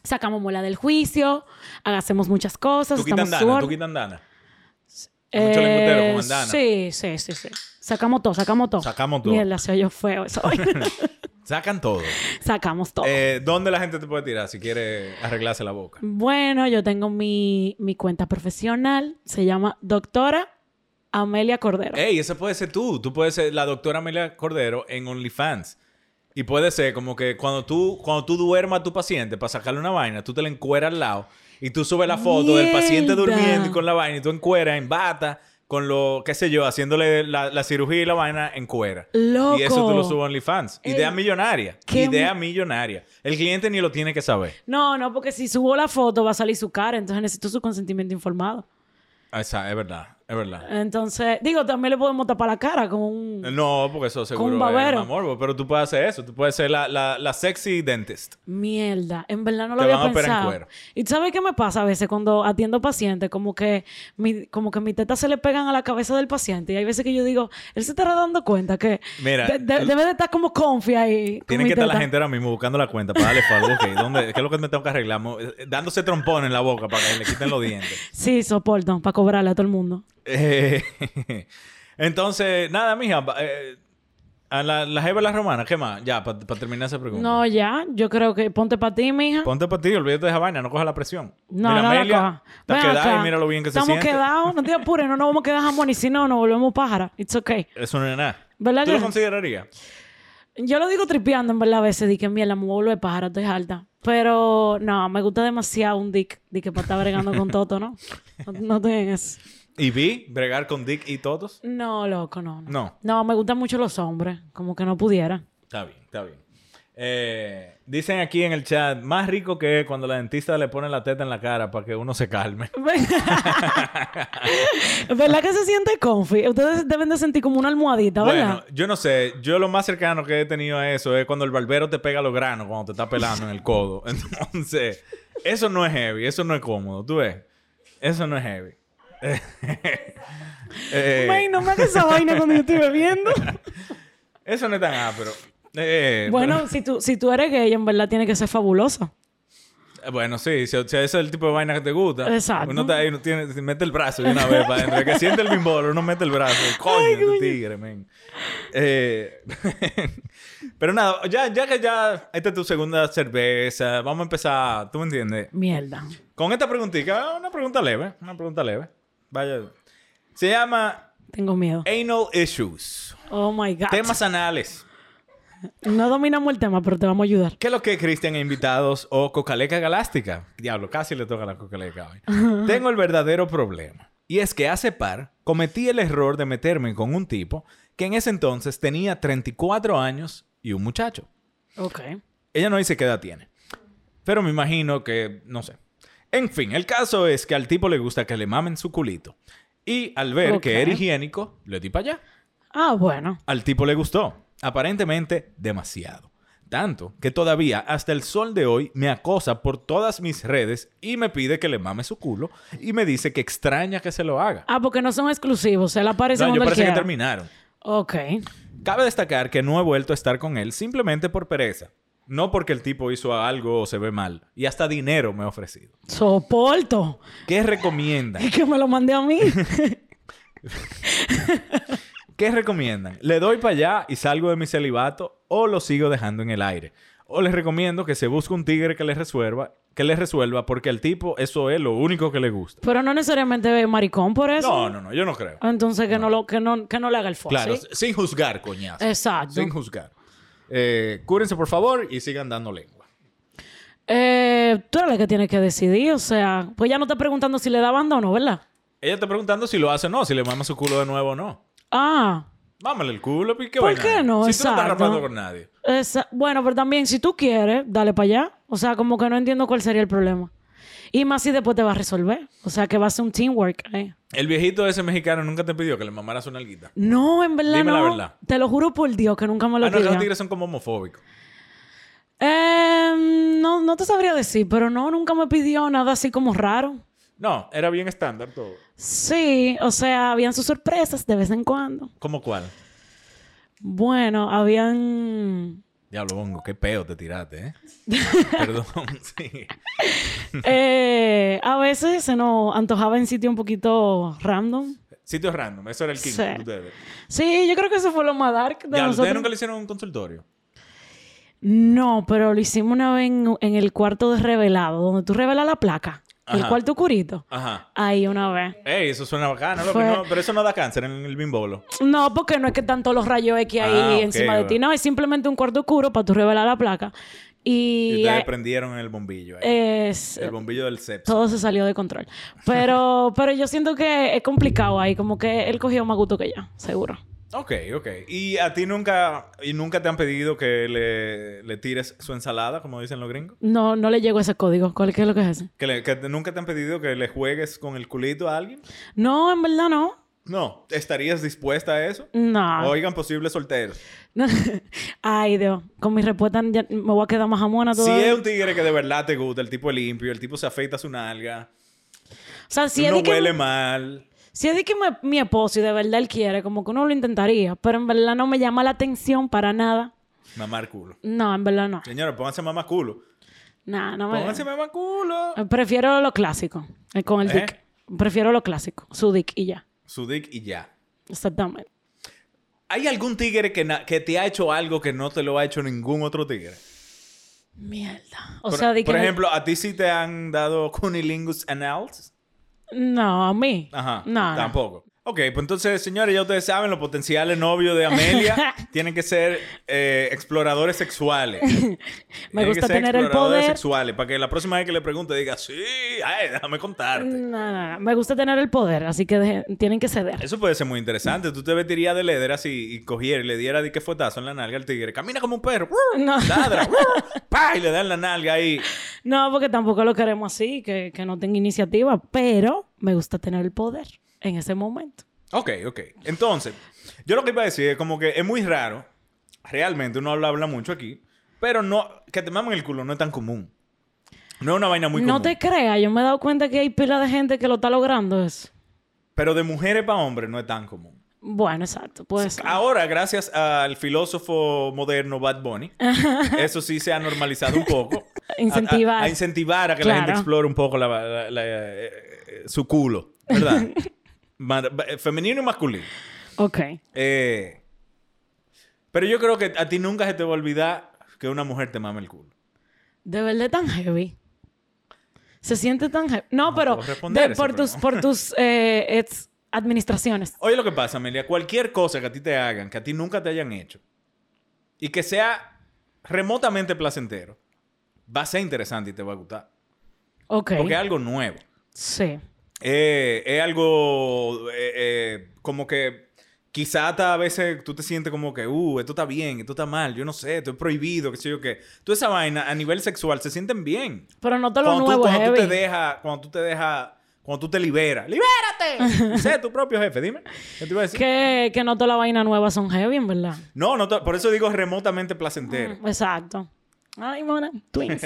[SPEAKER 3] Sacamos muela del juicio, hacemos muchas cosas.
[SPEAKER 2] tú quitas
[SPEAKER 3] estamos
[SPEAKER 2] andana, tú
[SPEAKER 3] suor-
[SPEAKER 2] quitas andana. mucho lengüetero con andana.
[SPEAKER 3] Sí, sí, sí, sí. Sacamos todo, sacamos todo.
[SPEAKER 2] Sacamos todo.
[SPEAKER 3] Mierda, se oyó feo eso.
[SPEAKER 2] Sacan todo.
[SPEAKER 3] sacamos todo.
[SPEAKER 2] Eh, ¿Dónde la gente te puede tirar si quiere arreglarse la boca?
[SPEAKER 3] Bueno, yo tengo mi, mi cuenta profesional. Se llama Doctora Amelia Cordero.
[SPEAKER 2] Ey, ese puede ser tú. Tú puedes ser la doctora Amelia Cordero en OnlyFans. Y puede ser como que cuando tú, cuando tú duermas a tu paciente para sacarle una vaina, tú te la encueras al lado y tú subes la foto del paciente
[SPEAKER 3] Mierda.
[SPEAKER 2] durmiendo y con la vaina y tú encueras en bata con lo, qué sé yo, haciéndole la, la cirugía y la vaina en cuera.
[SPEAKER 3] Loco.
[SPEAKER 2] Y eso tú lo subes a OnlyFans.
[SPEAKER 3] Ey,
[SPEAKER 2] Idea millonaria.
[SPEAKER 3] qué
[SPEAKER 2] Idea millonaria. El cliente ni lo tiene que saber.
[SPEAKER 3] No, no, porque si subo la foto va a salir su cara, entonces necesito su consentimiento informado.
[SPEAKER 2] Ah, Esa, es verdad, es verdad.
[SPEAKER 3] Entonces, digo, también le podemos tapar la cara con un...
[SPEAKER 2] No, porque eso seguro
[SPEAKER 3] Con
[SPEAKER 2] es
[SPEAKER 3] babero.
[SPEAKER 2] más morbo. Pero tú puedes hacer eso. Tú puedes ser la, la, la sexy dentist.
[SPEAKER 3] Mierda, en verdad no lo
[SPEAKER 2] Te
[SPEAKER 3] había
[SPEAKER 2] van a operar en
[SPEAKER 3] pensado.
[SPEAKER 2] cuero.
[SPEAKER 3] Y tú sabes qué me pasa a veces cuando atiendo pacientes, como que mi, como que mi teta se le pegan a la cabeza del paciente y hay veces que yo digo, él se estará dando cuenta que
[SPEAKER 2] Mira,
[SPEAKER 3] de- de-
[SPEAKER 2] l-
[SPEAKER 3] debe de estar como confia ahí. con
[SPEAKER 2] Tiene
[SPEAKER 3] mi
[SPEAKER 2] que estar la
[SPEAKER 3] teta".
[SPEAKER 2] gente ahora mismo buscando la cuenta para darle follow. ok, ¿dónde- ¿Qué es lo que me tengo que arreglar? Mo- eh, Dándose trompón en la boca para que le quiten los dientes.
[SPEAKER 3] Sí, soporto, para cobrarle a todo el mundo.
[SPEAKER 2] Eh, entonces, nada, mija. va- eh, a la, la jeva de la romana, ¿qué más? Ya, para terminar esa pregunta.
[SPEAKER 3] No, ya, yo creo que ponte para ti, mija.
[SPEAKER 2] Ponte para ti, olvídate de esa vaina, no coja la presión.
[SPEAKER 3] No,
[SPEAKER 2] Mira,
[SPEAKER 3] no
[SPEAKER 2] Amelia,
[SPEAKER 3] la coja.
[SPEAKER 2] está
[SPEAKER 3] Ven
[SPEAKER 2] quedada
[SPEAKER 3] acá.
[SPEAKER 2] y mira lo bien que se
[SPEAKER 3] Estamos
[SPEAKER 2] siente.
[SPEAKER 3] quedados, no te apures, no nos vamos a quedar jamón y si no, nos volvemos pájara. It's okay.
[SPEAKER 2] Eso no es nada.
[SPEAKER 3] ¿Verdad
[SPEAKER 2] ¿Tú
[SPEAKER 3] que
[SPEAKER 2] lo
[SPEAKER 3] sí?
[SPEAKER 2] considerarías?
[SPEAKER 3] Yo lo digo tripeando, en verdad, a veces. Dije, mierda, me vuelvo de pájara, estoy alta. Pero no, me gusta demasiado un dick. Dije, para estar bregando con Toto, ¿no? No, no estoy en eso.
[SPEAKER 2] ¿Y vi bregar con Dick y todos?
[SPEAKER 3] No, loco, no, no.
[SPEAKER 2] No.
[SPEAKER 3] No, me gustan mucho los hombres. Como que no pudiera.
[SPEAKER 2] Está bien, está bien. Eh, dicen aquí en el chat, más rico que es cuando la dentista le pone la teta en la cara para que uno se calme.
[SPEAKER 3] ¿Verdad que se siente comfy? Ustedes deben de sentir como una almohadita, ¿verdad?
[SPEAKER 2] Bueno, yo no sé, yo lo más cercano que he tenido a eso es cuando el barbero te pega los granos cuando te está pelando en el codo. Entonces, eso no es heavy, eso no es cómodo, tú ves. Eso no es heavy. Eh,
[SPEAKER 3] Ay, no me hagas esa vaina cuando yo estoy bebiendo.
[SPEAKER 2] eso no es tan ápero. Eh,
[SPEAKER 3] Bueno, si tú, si tú eres gay, en verdad tiene que ser fabuloso.
[SPEAKER 2] Eh, Bueno, sí, si, si ese es el tipo de vaina que te gusta.
[SPEAKER 3] Exacto.
[SPEAKER 2] Uno está ahí, uno tiene, mete el brazo de una vez para adentro. El que siente el bimbolo, uno mete el brazo. Coño, este tigre, men. Eh, pero nada, ya, ya que ya, esta es tu segunda cerveza, vamos a empezar, ¿tú me entiendes?
[SPEAKER 3] Mierda.
[SPEAKER 2] Con esta preguntita, ah, una pregunta leve, una pregunta leve. Vaya. Se llama
[SPEAKER 3] Tengo miedo.
[SPEAKER 2] Anal Issues.
[SPEAKER 3] Oh my God.
[SPEAKER 2] Eh, Temas anales.
[SPEAKER 3] No dominamos el tema, pero te vamos a ayudar.
[SPEAKER 2] ¿Qué es lo que Cristian e invitados o Cocaleca Galástica? Diablo, casi le toca la Cocaleca hoy. Tengo el verdadero problema. Y es que hace par cometí el error de meterme con un tipo que en ese entonces tenía 34 años y un muchacho.
[SPEAKER 3] Ok.
[SPEAKER 2] Ella no dice qué edad tiene. Pero me imagino que, no sé. En fin, el caso es que al tipo le gusta que le mamen su culito. Y al ver que
[SPEAKER 3] Ok.
[SPEAKER 2] era higiénico, le di para allá.
[SPEAKER 3] Ah, bueno.
[SPEAKER 2] Al tipo le gustó. Aparentemente, demasiado. Tanto que todavía, hasta el sol de hoy, me acosa por todas mis redes y me pide que le mame su culo y me dice que extraña que se lo haga.
[SPEAKER 3] Ah, porque no son exclusivos. Él aparece
[SPEAKER 2] No, yo
[SPEAKER 3] donde él
[SPEAKER 2] parece que
[SPEAKER 3] quiera.
[SPEAKER 2] terminaron.
[SPEAKER 3] Ok.
[SPEAKER 2] Cabe destacar que no he vuelto a estar con él simplemente por pereza. No porque el tipo hizo algo o se ve mal. Y hasta dinero me ha ofrecido.
[SPEAKER 3] Soporto.
[SPEAKER 2] ¿Qué recomiendan?
[SPEAKER 3] Que me lo mandé a mí.
[SPEAKER 2] ¿Qué recomiendan? ¿Le doy para allá y salgo de mi celibato o lo sigo dejando en el aire? O les recomiendo que se busque un tigre que les resuelva, que les resuelva porque al tipo eso es lo único que le gusta.
[SPEAKER 3] Pero no necesariamente ve maricón por eso.
[SPEAKER 2] No, no, no, yo no creo.
[SPEAKER 3] Entonces que Ah, no, lo, que no, que no le haga el foco.
[SPEAKER 2] Claro,
[SPEAKER 3] ¿sí?
[SPEAKER 2] sin juzgar, coñazo.
[SPEAKER 3] Exacto.
[SPEAKER 2] Sin juzgar. Eh, cúrense, por favor, y sigan dando lengua.
[SPEAKER 3] Eh, tú eres la que tienes que decidir, o sea, pues ya no está preguntando si le da banda o no, ¿verdad?
[SPEAKER 2] Ella está preguntando si lo hace o no, si le mama su culo de nuevo o no.
[SPEAKER 3] Ah,
[SPEAKER 2] Mámale el culo, pues, ¿qué
[SPEAKER 3] ¿Por
[SPEAKER 2] vaina?
[SPEAKER 3] qué no?
[SPEAKER 2] Si tú no estás
[SPEAKER 3] Exacto.
[SPEAKER 2] rapando con nadie.
[SPEAKER 3] esa- bueno, pero también si tú quieres, dale para allá. O sea, como que no entiendo cuál sería el problema. Y más si después te va a resolver. O sea, que va a ser un teamwork. eh. ahí.
[SPEAKER 2] El viejito ese mexicano nunca te pidió que le mamara su nalguita.
[SPEAKER 3] No, en verdad
[SPEAKER 2] Dime la
[SPEAKER 3] no.
[SPEAKER 2] verdad.
[SPEAKER 3] Te lo juro por Dios que nunca me lo
[SPEAKER 2] Ah, no, que los
[SPEAKER 3] diga.
[SPEAKER 2] tigres son como homofóbicos.
[SPEAKER 3] Em, no, no te sabría decir, pero no, nunca me pidió nada así como raro.
[SPEAKER 2] No, era bien estándar todo.
[SPEAKER 3] Sí, o sea, habían sus sorpresas de vez en cuando.
[SPEAKER 2] ¿Cómo cuál?
[SPEAKER 3] Bueno, habían...
[SPEAKER 2] Diablo, Bongo, qué peo te tiraste, ¿eh? Perdón, sí.
[SPEAKER 3] eh, a veces se nos antojaba en sitio un poquito random.
[SPEAKER 2] Sitio random, eso era el king
[SPEAKER 3] Sí.
[SPEAKER 2] de ustedes.
[SPEAKER 3] Sí, yo creo que eso fue lo más dark
[SPEAKER 2] Diablo,
[SPEAKER 3] de
[SPEAKER 2] ¿ustedes
[SPEAKER 3] nosotros.
[SPEAKER 2] nunca le hicieron un consultorio?
[SPEAKER 3] No, pero lo hicimos una vez en, en el cuarto de revelado, donde tú revelas la placa. El
[SPEAKER 2] Ajá.
[SPEAKER 3] cuarto curito.
[SPEAKER 2] Ajá.
[SPEAKER 3] Ahí una vez.
[SPEAKER 2] Ey, eso suena bacano, loco,
[SPEAKER 3] Fue-
[SPEAKER 2] no, pero eso no da cáncer en el bimbolo.
[SPEAKER 3] No, porque no es que tanto los rayos X ahí
[SPEAKER 2] Ah, ok,
[SPEAKER 3] encima de ti.
[SPEAKER 2] bueno.
[SPEAKER 3] No, es simplemente un cuarto oscuro para tú revelar la placa.
[SPEAKER 2] Y,
[SPEAKER 3] Y,
[SPEAKER 2] ustedes
[SPEAKER 3] eh,
[SPEAKER 2] prendieron el bombillo ahí.
[SPEAKER 3] es-
[SPEAKER 2] el bombillo del sepso.
[SPEAKER 3] todo se salió de control. Pero, pero yo siento que es complicado ahí. Como que él cogió más gusto que yo, seguro.
[SPEAKER 2] Ok, ok. ¿Y a ti nunca, y nunca te han pedido que le, le tires su ensalada, como dicen los gringos?
[SPEAKER 3] No, no le llegó ese código. ¿Cuál qué es lo que es ese?
[SPEAKER 2] ¿Que, le- que te- nunca te han pedido que le juegues con el culito a alguien?
[SPEAKER 3] No, en verdad no.
[SPEAKER 2] No. ¿Estarías dispuesta a eso?
[SPEAKER 3] No.
[SPEAKER 2] Oigan, posibles solteros.
[SPEAKER 3] Ay, Dios. Con mi respuesta ya me voy a quedar más jamona
[SPEAKER 2] Si
[SPEAKER 3] todavía.
[SPEAKER 2] es un tigre que de verdad te gusta, el tipo es limpio, el tipo se afeita su nalga,
[SPEAKER 3] o sea, si es
[SPEAKER 2] no
[SPEAKER 3] de que-
[SPEAKER 2] huele mal.
[SPEAKER 3] Si es de que me- mi esposo y de verdad él quiere, como que uno lo intentaría, pero en verdad no me llama la atención para nada.
[SPEAKER 2] Mamar culo.
[SPEAKER 3] No, en verdad no.
[SPEAKER 2] Señora, pónganse mamá culo.
[SPEAKER 3] Nah, no me.
[SPEAKER 2] Pónganse mamá culo.
[SPEAKER 3] Eh, Prefiero lo clásico, eh, con el
[SPEAKER 2] ¿Eh?
[SPEAKER 3] dick. Prefiero lo clásico, su dick y ya.
[SPEAKER 2] Su dick y ya.
[SPEAKER 3] Exactamente.
[SPEAKER 2] ¿Hay algún tigre que, na- que te ha hecho algo que no te lo ha hecho ningún otro tigre?
[SPEAKER 3] Mierda. O
[SPEAKER 2] por,
[SPEAKER 3] sea, de que
[SPEAKER 2] por
[SPEAKER 3] no-
[SPEAKER 2] ejemplo, ¿a ti sí te han dado cunilingus anals?
[SPEAKER 3] No, a mí.
[SPEAKER 2] Ajá.
[SPEAKER 3] No, no.
[SPEAKER 2] Tampoco. Ok, pues entonces, señores, ya ustedes saben, los potenciales novios de Amelia tienen que ser eh, exploradores sexuales. Tienen que
[SPEAKER 3] gusta
[SPEAKER 2] ser
[SPEAKER 3] tener el
[SPEAKER 2] exploradores
[SPEAKER 3] poder.
[SPEAKER 2] sexuales, para que la próxima vez que le pregunte diga, sí, ay, déjame contarte.
[SPEAKER 3] No, no, no. Me gusta tener el poder, así que deje- tienen que ceder.
[SPEAKER 2] Eso puede ser muy interesante. Tú te vestirías de leder así y cogieras y le dieras de qué fuetazo en la nalga al tigre. Camina como un perro. ¡brr!
[SPEAKER 3] No.
[SPEAKER 2] Ladra. ¡brr! ¡Pah! Y le dan la nalga ahí.
[SPEAKER 3] No, porque tampoco lo queremos así, que, que no tenga iniciativa, pero me gusta tener el poder en ese momento.
[SPEAKER 2] Ok, ok. Entonces, yo lo que iba a decir es como que es muy raro. Realmente uno habla, habla mucho aquí. Pero no, que te mamen el culo no es tan común. No es una vaina muy común.
[SPEAKER 3] No te creas, yo me he dado cuenta que hay pila de gente que lo está logrando eso.
[SPEAKER 2] Pero de mujeres para hombres no es tan común.
[SPEAKER 3] Bueno, exacto, pues.
[SPEAKER 2] Ahora, gracias al filósofo moderno Bad Bunny, eso sí se ha normalizado un poco. A-
[SPEAKER 3] Incentivar.
[SPEAKER 2] A, a incentivar a que la
[SPEAKER 3] Claro.
[SPEAKER 2] gente explore un poco la- la- la- eh, eh, su culo, ¿verdad? Mar- eh, Femenino y masculino.
[SPEAKER 3] Ok.
[SPEAKER 2] Eh, pero yo creo que a ti nunca se te va a olvidar que una mujer te mame el culo.
[SPEAKER 3] De verdad tan heavy. Se siente tan heavy. No, pero
[SPEAKER 2] puedo responder
[SPEAKER 3] de-
[SPEAKER 2] eso,
[SPEAKER 3] por,
[SPEAKER 2] pero
[SPEAKER 3] tus,
[SPEAKER 2] no.
[SPEAKER 3] por tus eh, ex administraciones.
[SPEAKER 2] Oye, lo que pasa, Amelia, cualquier cosa que a ti te hagan, que a ti nunca te hayan hecho, y que sea remotamente placentero, va a ser interesante y te va a gustar.
[SPEAKER 3] Ok.
[SPEAKER 2] Porque es algo nuevo.
[SPEAKER 3] Sí.
[SPEAKER 2] Eh, es algo eh, eh, como que quizá hasta a veces tú te sientes como que, uh, esto está bien, esto está mal, yo no sé, esto es prohibido, qué sé yo qué. Toda esa vaina a nivel sexual se sienten bien.
[SPEAKER 3] Pero no te lo
[SPEAKER 2] cuando tú,
[SPEAKER 3] nuevo
[SPEAKER 2] cuando tú te
[SPEAKER 3] heavy.
[SPEAKER 2] dejas, cuando tú te dejas Cuando tú te liberas. ¡Libérate! sé tu propio jefe, dime. ¿Qué te iba a decir?
[SPEAKER 3] Que, que no toda la vaina nueva son heavy, en verdad.
[SPEAKER 2] No, no te- por eso digo remotamente placentero.
[SPEAKER 3] Exacto. Ay, mona. Twins.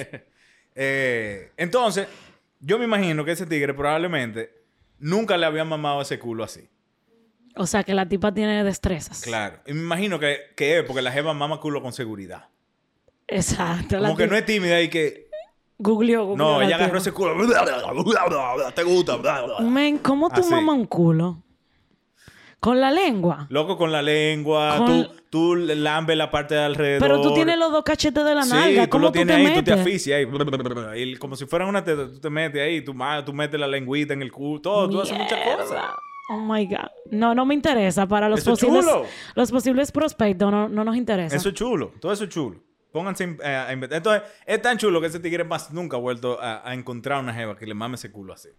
[SPEAKER 2] Eh, entonces, yo me imagino que ese tigre probablemente nunca le habían mamado ese culo así.
[SPEAKER 3] o sea, que la tipa tiene destrezas.
[SPEAKER 2] Claro. Y me imagino que, que es porque la jeva mama culo con seguridad.
[SPEAKER 3] Exacto. la
[SPEAKER 2] Como que
[SPEAKER 3] tipa-
[SPEAKER 2] no es tímida y que...
[SPEAKER 3] Googleó, googleó
[SPEAKER 2] No,
[SPEAKER 3] la
[SPEAKER 2] ella agarró
[SPEAKER 3] tipa.
[SPEAKER 2] ese culo. Te gusta.
[SPEAKER 3] Men, ¿cómo tú
[SPEAKER 2] Así.
[SPEAKER 3] mamas un culo? ¿Con la lengua?
[SPEAKER 2] Loco con la lengua,
[SPEAKER 3] Con-
[SPEAKER 2] tú, tú le lambes la parte de alrededor.
[SPEAKER 3] Pero tú tienes los dos cachetes de la nalga.
[SPEAKER 2] Sí, tú
[SPEAKER 3] ¿Cómo
[SPEAKER 2] lo tienes
[SPEAKER 3] te
[SPEAKER 2] ahí,
[SPEAKER 3] metes?
[SPEAKER 2] tú te asfixias ahí. Y como si fuera una teta, tú te metes ahí, tú, ma- tú metes la lengüita en el culo, todo, tú haces muchas cosas.
[SPEAKER 3] Oh my God. No, no me interesa. Para los
[SPEAKER 2] Eso es
[SPEAKER 3] posibles
[SPEAKER 2] chulo.
[SPEAKER 3] los posibles prospectos no, no nos interesa.
[SPEAKER 2] Eso es chulo, todo eso es chulo. Pónganse in- eh, a inventar. Entonces, es tan chulo que ese tigre más nunca ha vuelto a, a encontrar una jeva que le mame ese culo así.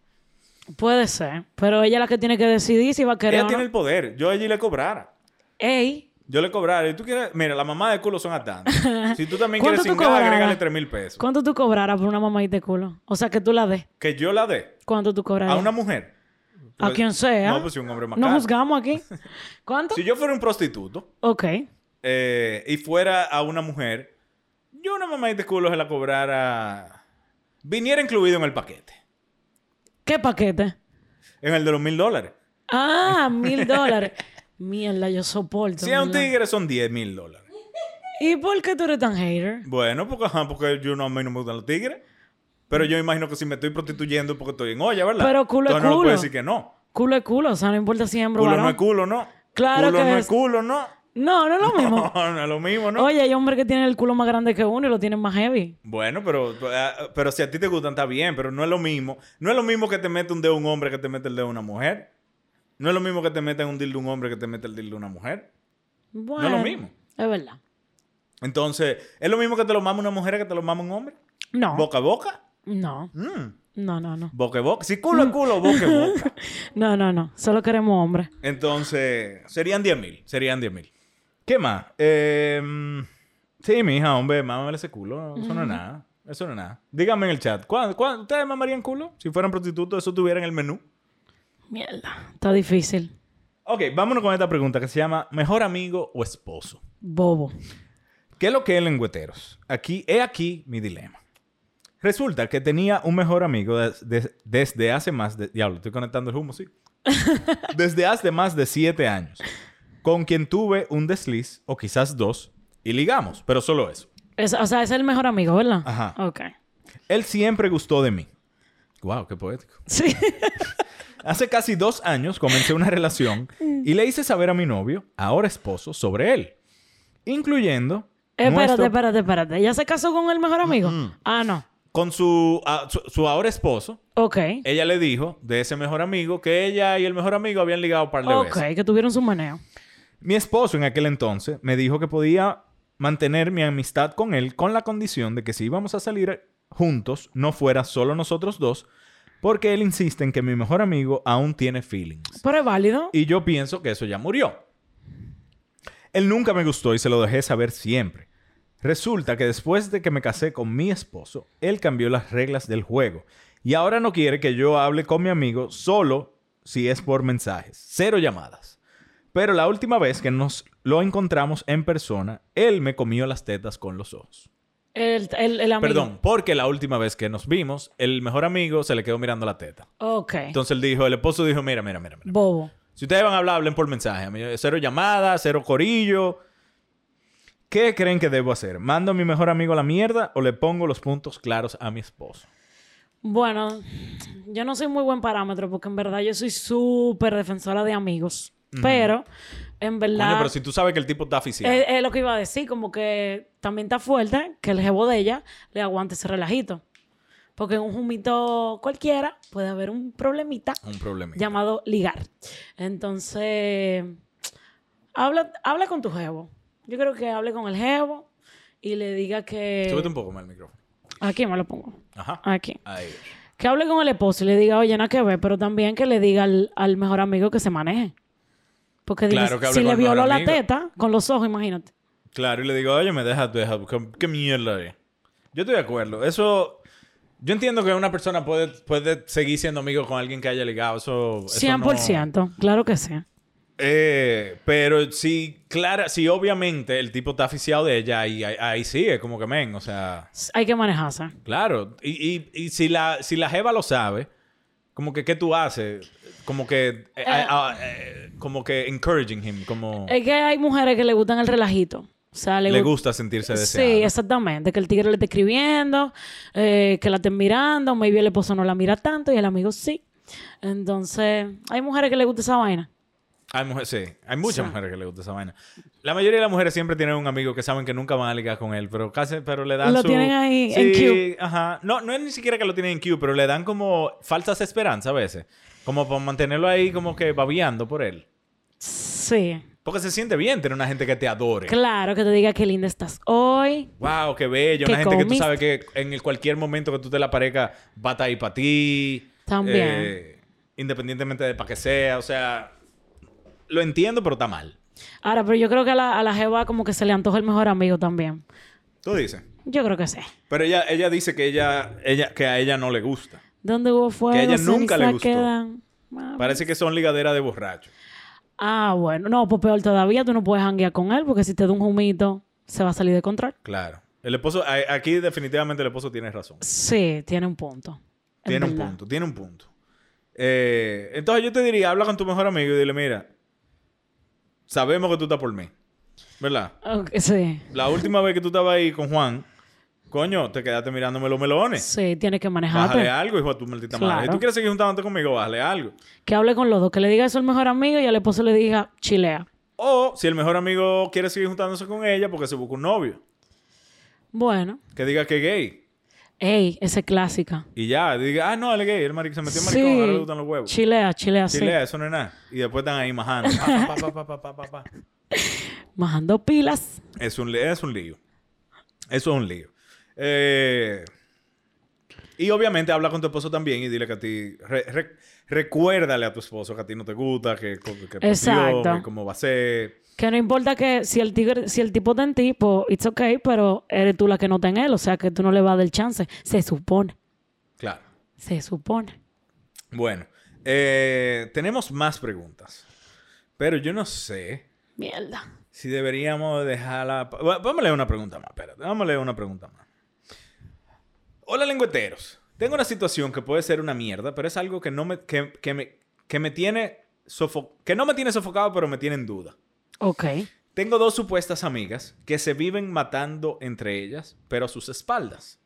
[SPEAKER 3] Puede ser. Pero ella es la que tiene que decidir si va a querer
[SPEAKER 2] Ella
[SPEAKER 3] o
[SPEAKER 2] tiene
[SPEAKER 3] no.
[SPEAKER 2] el poder. Yo allí le cobrara.
[SPEAKER 3] Ey,
[SPEAKER 2] Yo le cobrara. Y tú quieres... Mira, la mamá de culo son a tanto. Si tú también quieres
[SPEAKER 3] ¿Cuánto tú
[SPEAKER 2] sin nada,
[SPEAKER 3] cobrabas?
[SPEAKER 2] agrégale 3 mil pesos.
[SPEAKER 3] ¿cuánto tú cobrarás por una mamadita de culo? O sea, que tú la des.
[SPEAKER 2] Que yo la dé
[SPEAKER 3] ¿Cuánto tú cobrarás?
[SPEAKER 2] a una mujer.
[SPEAKER 3] A quien sea.
[SPEAKER 2] No, pues si un hombre más
[SPEAKER 3] No
[SPEAKER 2] caro.
[SPEAKER 3] juzgamos aquí. ¿Cuánto?
[SPEAKER 2] Si yo fuera un prostituto
[SPEAKER 3] Ok.
[SPEAKER 2] eh, y fuera a una mujer, yo una mamá de culo se la cobrara. Viniera incluido en el paquete.
[SPEAKER 3] ¿Qué paquete?
[SPEAKER 2] En el de los mil dólares.
[SPEAKER 3] Ah, mil dólares. Mierda, yo soporto.
[SPEAKER 2] Si es un
[SPEAKER 3] ¿verdad?
[SPEAKER 2] tigre, son 10 mil dólares.
[SPEAKER 3] ¿Y por qué tú eres tan hater?
[SPEAKER 2] Bueno, porque, ajá, porque yo no, a mí no me gustan los tigres. Pero yo imagino que si me estoy prostituyendo es porque estoy en olla, ¿verdad?
[SPEAKER 3] Pero culo es
[SPEAKER 2] Entonces no le
[SPEAKER 3] culo.
[SPEAKER 2] puedo decir que no.
[SPEAKER 3] Culo es culo, o sea, no importa si es hembra o
[SPEAKER 2] Culo no
[SPEAKER 3] varón.
[SPEAKER 2] es culo, ¿no?
[SPEAKER 3] Claro
[SPEAKER 2] culo
[SPEAKER 3] que
[SPEAKER 2] no
[SPEAKER 3] es.
[SPEAKER 2] es culo, ¿no?
[SPEAKER 3] No, no es lo mismo.
[SPEAKER 2] No, no es lo mismo, ¿no?
[SPEAKER 3] Oye, hay hombres que tienen el culo más grande que uno y lo tienen más heavy.
[SPEAKER 2] Bueno, pero, eh, pero si a ti te gustan, está bien, pero no es lo mismo. No es lo mismo que te mete un dedo un hombre que te mete el dedo una mujer. No es lo mismo que te meta un dildo un hombre que te mete el dildo una mujer.
[SPEAKER 3] Bueno,
[SPEAKER 2] mismo.
[SPEAKER 3] Es verdad.
[SPEAKER 2] Entonces, ¿es lo mismo que te lo mama una mujer que te lo mama un hombre?
[SPEAKER 3] No.
[SPEAKER 2] ¿Boca Mm. a boca?
[SPEAKER 3] No. No, no, no.
[SPEAKER 2] ¿Boca a boca? Si culo
[SPEAKER 3] Mm.
[SPEAKER 2] a culo, boca a boca.
[SPEAKER 3] No, no, no. Solo queremos hombres.
[SPEAKER 2] Entonces, serían 10 mil. Serían 10 mil. ¿Qué más? Eh, mm, sí, mi hija, hombre, mámame ese culo. Eso no es nada. Eso no es nada. Díganme en el chat. ¿cuán- cuán- ¿Ustedes mamarían culo? Si fueran prostitutos, eso tuviera en el menú.
[SPEAKER 3] Mierda. Está difícil.
[SPEAKER 2] Ok, vámonos con esta pregunta que se llama ¿Mejor amigo o esposo?
[SPEAKER 3] Bobo.
[SPEAKER 2] ¿Qué es lo que es lengüeteros? Aquí, he aquí mi dilema. Resulta que tenía un mejor amigo des- des- desde hace más de... Diablo, estoy conectando el humo, sí. desde hace más de siete años. Con quien tuve un desliz, o quizás dos, y ligamos, pero solo eso.
[SPEAKER 3] Es- o sea, es el mejor amigo, ¿verdad?
[SPEAKER 2] Ajá.
[SPEAKER 3] Ok.
[SPEAKER 2] Él siempre gustó de mí. Wow, qué poético.
[SPEAKER 3] Sí.
[SPEAKER 2] Hace casi dos años comencé una relación y le hice saber a mi novio, ahora esposo, sobre él. Incluyendo...
[SPEAKER 3] Eh, espérate,
[SPEAKER 2] nuestro-
[SPEAKER 3] espérate, espérate. ¿Ella se casó con el mejor amigo? Ah, no.
[SPEAKER 2] Con su, a- su, su ahora esposo,
[SPEAKER 3] Ok.
[SPEAKER 2] ella le dijo de ese mejor amigo que ella y el mejor amigo habían ligado un par de
[SPEAKER 3] Ok,
[SPEAKER 2] veces.
[SPEAKER 3] que tuvieron su manejo.
[SPEAKER 2] Mi esposo en aquel entonces me dijo que podía mantener mi amistad con él con la condición de que si íbamos a salir juntos no fuera solo nosotros dos, porque él insiste en que mi mejor amigo aún tiene feelings.
[SPEAKER 3] Pero es válido.
[SPEAKER 2] Y yo pienso que eso ya murió. Él nunca me gustó y se lo dejé saber siempre. Resulta que después de que me casé con mi esposo, él cambió las reglas del juego y ahora no quiere que yo hable con mi amigo solo si es por mensajes, cero llamadas. Pero la última vez que nos lo encontramos en persona, él me comió las tetas con los ojos.
[SPEAKER 3] El, el, el amigo.
[SPEAKER 2] Perdón, porque la última vez que nos vimos, el mejor amigo se le quedó mirando la teta.
[SPEAKER 3] Ok.
[SPEAKER 2] Entonces él dijo, el esposo dijo, mira, mira, mira, mira.
[SPEAKER 3] Bobo.
[SPEAKER 2] Si ustedes van a hablar, hablen por mensaje. A mí, Cero llamadas, cero corillo. ¿Qué creen que debo hacer? ¿Mando a mi mejor amigo a la mierda o le pongo los puntos claros a mi esposo?
[SPEAKER 3] Bueno, yo no soy muy buen parámetro porque en verdad yo soy súper defensora de amigos. Pero, en verdad.
[SPEAKER 2] Coño, pero si tú sabes que el tipo está aficiado.
[SPEAKER 3] Es, es lo que iba a decir, como que también está fuerte que el jebo de ella le aguante ese relajito. Porque en un jumito cualquiera puede haber un problemita
[SPEAKER 2] un problema.
[SPEAKER 3] llamado ligar. Entonces, habla, habla con tu jebo. Yo creo que hable con el jebo y le diga
[SPEAKER 2] Súbete
[SPEAKER 3] que...
[SPEAKER 2] un poco más el micrófono.
[SPEAKER 3] Aquí me lo pongo.
[SPEAKER 2] Ajá.
[SPEAKER 3] Aquí.
[SPEAKER 2] Ahí.
[SPEAKER 3] Que hable con el esposo y le diga, oye, nada que ver, pero también que le diga al, al mejor amigo que se maneje. Porque dime,
[SPEAKER 2] Claro que hable
[SPEAKER 3] si
[SPEAKER 2] con
[SPEAKER 3] le
[SPEAKER 2] el mejor
[SPEAKER 3] violó la
[SPEAKER 2] amigo.
[SPEAKER 3] teta con los ojos, imagínate.
[SPEAKER 2] Claro, y le digo, oye, me deja, deja. ¿Qué, qué mierda es? Yo estoy de acuerdo. Eso. Yo entiendo que una persona puede, puede seguir siendo amigo con alguien que haya ligado. Eso, eso no-
[SPEAKER 3] 100%, claro que sí.
[SPEAKER 2] Eh, pero si, clara, si obviamente el tipo está aficiado de ella, ahí, ahí, ahí sí, es como que men, o sea,
[SPEAKER 3] Hay que manejarse.
[SPEAKER 2] claro. Y, y, y si, la, si la Jeva lo sabe, como que, ¿qué tú haces? Como que, eh, ah, eh, como que encouraging him, como
[SPEAKER 3] Es que hay mujeres que le gustan el relajito. O sea, Eh, le,
[SPEAKER 2] le
[SPEAKER 3] gu-
[SPEAKER 2] gusta sentirse deseado.
[SPEAKER 3] Sí, exactamente. Que el tigre le esté escribiendo, eh, que la estén mirando. Maybe el esposo no la mira tanto y el amigo sí. Entonces, hay mujeres que le gusta esa vaina.
[SPEAKER 2] Hay mujeres, sí. Hay muchas
[SPEAKER 3] Sí.
[SPEAKER 2] mujeres que les gusta esa vaina. La mayoría de las mujeres siempre tienen un amigo que saben que nunca van a ligar con él, pero casi, pero le dan
[SPEAKER 3] Lo
[SPEAKER 2] su-
[SPEAKER 3] tienen ahí en
[SPEAKER 2] Sí, ajá. No, no es ni siquiera que lo tienen en queue, pero le dan como falsas esperanzas a veces. Como para mantenerlo ahí como que babeando por él.
[SPEAKER 3] Sí.
[SPEAKER 2] Porque se siente bien tener una gente que te adore.
[SPEAKER 3] Claro, que te diga qué linda estás hoy.
[SPEAKER 2] Wow, qué bello.
[SPEAKER 3] Que
[SPEAKER 2] Una gente que tú
[SPEAKER 3] comiste.
[SPEAKER 2] sabes que en el cualquier momento que tú te la parezca va a estar ahí para ti.
[SPEAKER 3] También.
[SPEAKER 2] Eh, independientemente de para que sea. O sea, lo entiendo, pero está mal.
[SPEAKER 3] Ahora, pero yo creo que a la, a la jeva como que se le antoja el mejor amigo también.
[SPEAKER 2] Tú dices.
[SPEAKER 3] Yo creo que sí.
[SPEAKER 2] Pero ella, ella dice que ella, ella, que a ella no le gusta.
[SPEAKER 3] ¿Dónde hubo fuego?
[SPEAKER 2] Que a ella
[SPEAKER 3] cenizas
[SPEAKER 2] nunca le gustó.
[SPEAKER 3] quedan. Ah,
[SPEAKER 2] Parece que son ligaderas de borracho.
[SPEAKER 3] Ah, bueno. No, pues peor todavía. Tú no puedes hanguear con él porque si te da un humito, se va a salir de control.
[SPEAKER 2] Claro. El esposo, a- aquí definitivamente el esposo tiene razón.
[SPEAKER 3] Sí, tiene un punto. En
[SPEAKER 2] Tiene un
[SPEAKER 3] verdad.
[SPEAKER 2] punto, tiene un punto. Eh, entonces yo te diría, habla con tu mejor amigo y dile, mira, sabemos que tú estás por mí. ¿Verdad?
[SPEAKER 3] Ok, sí.
[SPEAKER 2] La última vez que tú estabas ahí con Juan, coño, te quedaste mirándome los melones.
[SPEAKER 3] Sí, tiene que
[SPEAKER 2] Bájale
[SPEAKER 3] manejarte.
[SPEAKER 2] algo, hijo de tu maldita madre.
[SPEAKER 3] Ah, pues. Claro.
[SPEAKER 2] Si tú quieres seguir juntándote conmigo, bájale algo.
[SPEAKER 3] Que hable con los dos. Que le diga eso al mejor amigo y al esposo le diga chilea.
[SPEAKER 2] O si el mejor amigo quiere seguir juntándose con ella porque se busca un novio,
[SPEAKER 3] Bueno.
[SPEAKER 2] que diga que es gay.
[SPEAKER 3] Ey, esa es clásica.
[SPEAKER 2] Y ya, diga, ah, no, él es gay, el marico se metió en maricón, ahora le gustan los huevos.
[SPEAKER 3] Chilea, chilea, sí.
[SPEAKER 2] Chilea, eso no es nada. Y después están ahí majando. Pa, pa, pa, pa, pa, pa, pa, pa.
[SPEAKER 3] Majando pilas.
[SPEAKER 2] Es, un, li- es un lío. Eso es un lío. Eh, y obviamente habla con tu esposo también y dile que a ti. re- re- recuérdale a tu esposo que a ti no te gusta, que, co- que perdió,
[SPEAKER 3] Exacto.
[SPEAKER 2] que cómo va a ser.
[SPEAKER 3] Que no importa que si el tigre, si el tipo está en ti, pues it's okay, pero eres tú la que no está en él. O sea que tú no le vas a dar chance. Se supone.
[SPEAKER 2] Claro.
[SPEAKER 3] Se supone.
[SPEAKER 2] Bueno, eh, tenemos más preguntas. Pero yo no sé.
[SPEAKER 3] Mierda.
[SPEAKER 2] Si deberíamos dejarla. pa- Bueno, Vamos a leer una pregunta más, espérate. Vamos a leer una pregunta más. Hola, lengüeteros. Tengo una situación que puede ser una mierda, pero es algo que no me, que, que me, que me tiene sofo- que no me tiene sofocado, pero me tiene en duda.
[SPEAKER 3] Ok.
[SPEAKER 2] Tengo dos supuestas amigas que se viven matando entre ellas, pero a sus espaldas.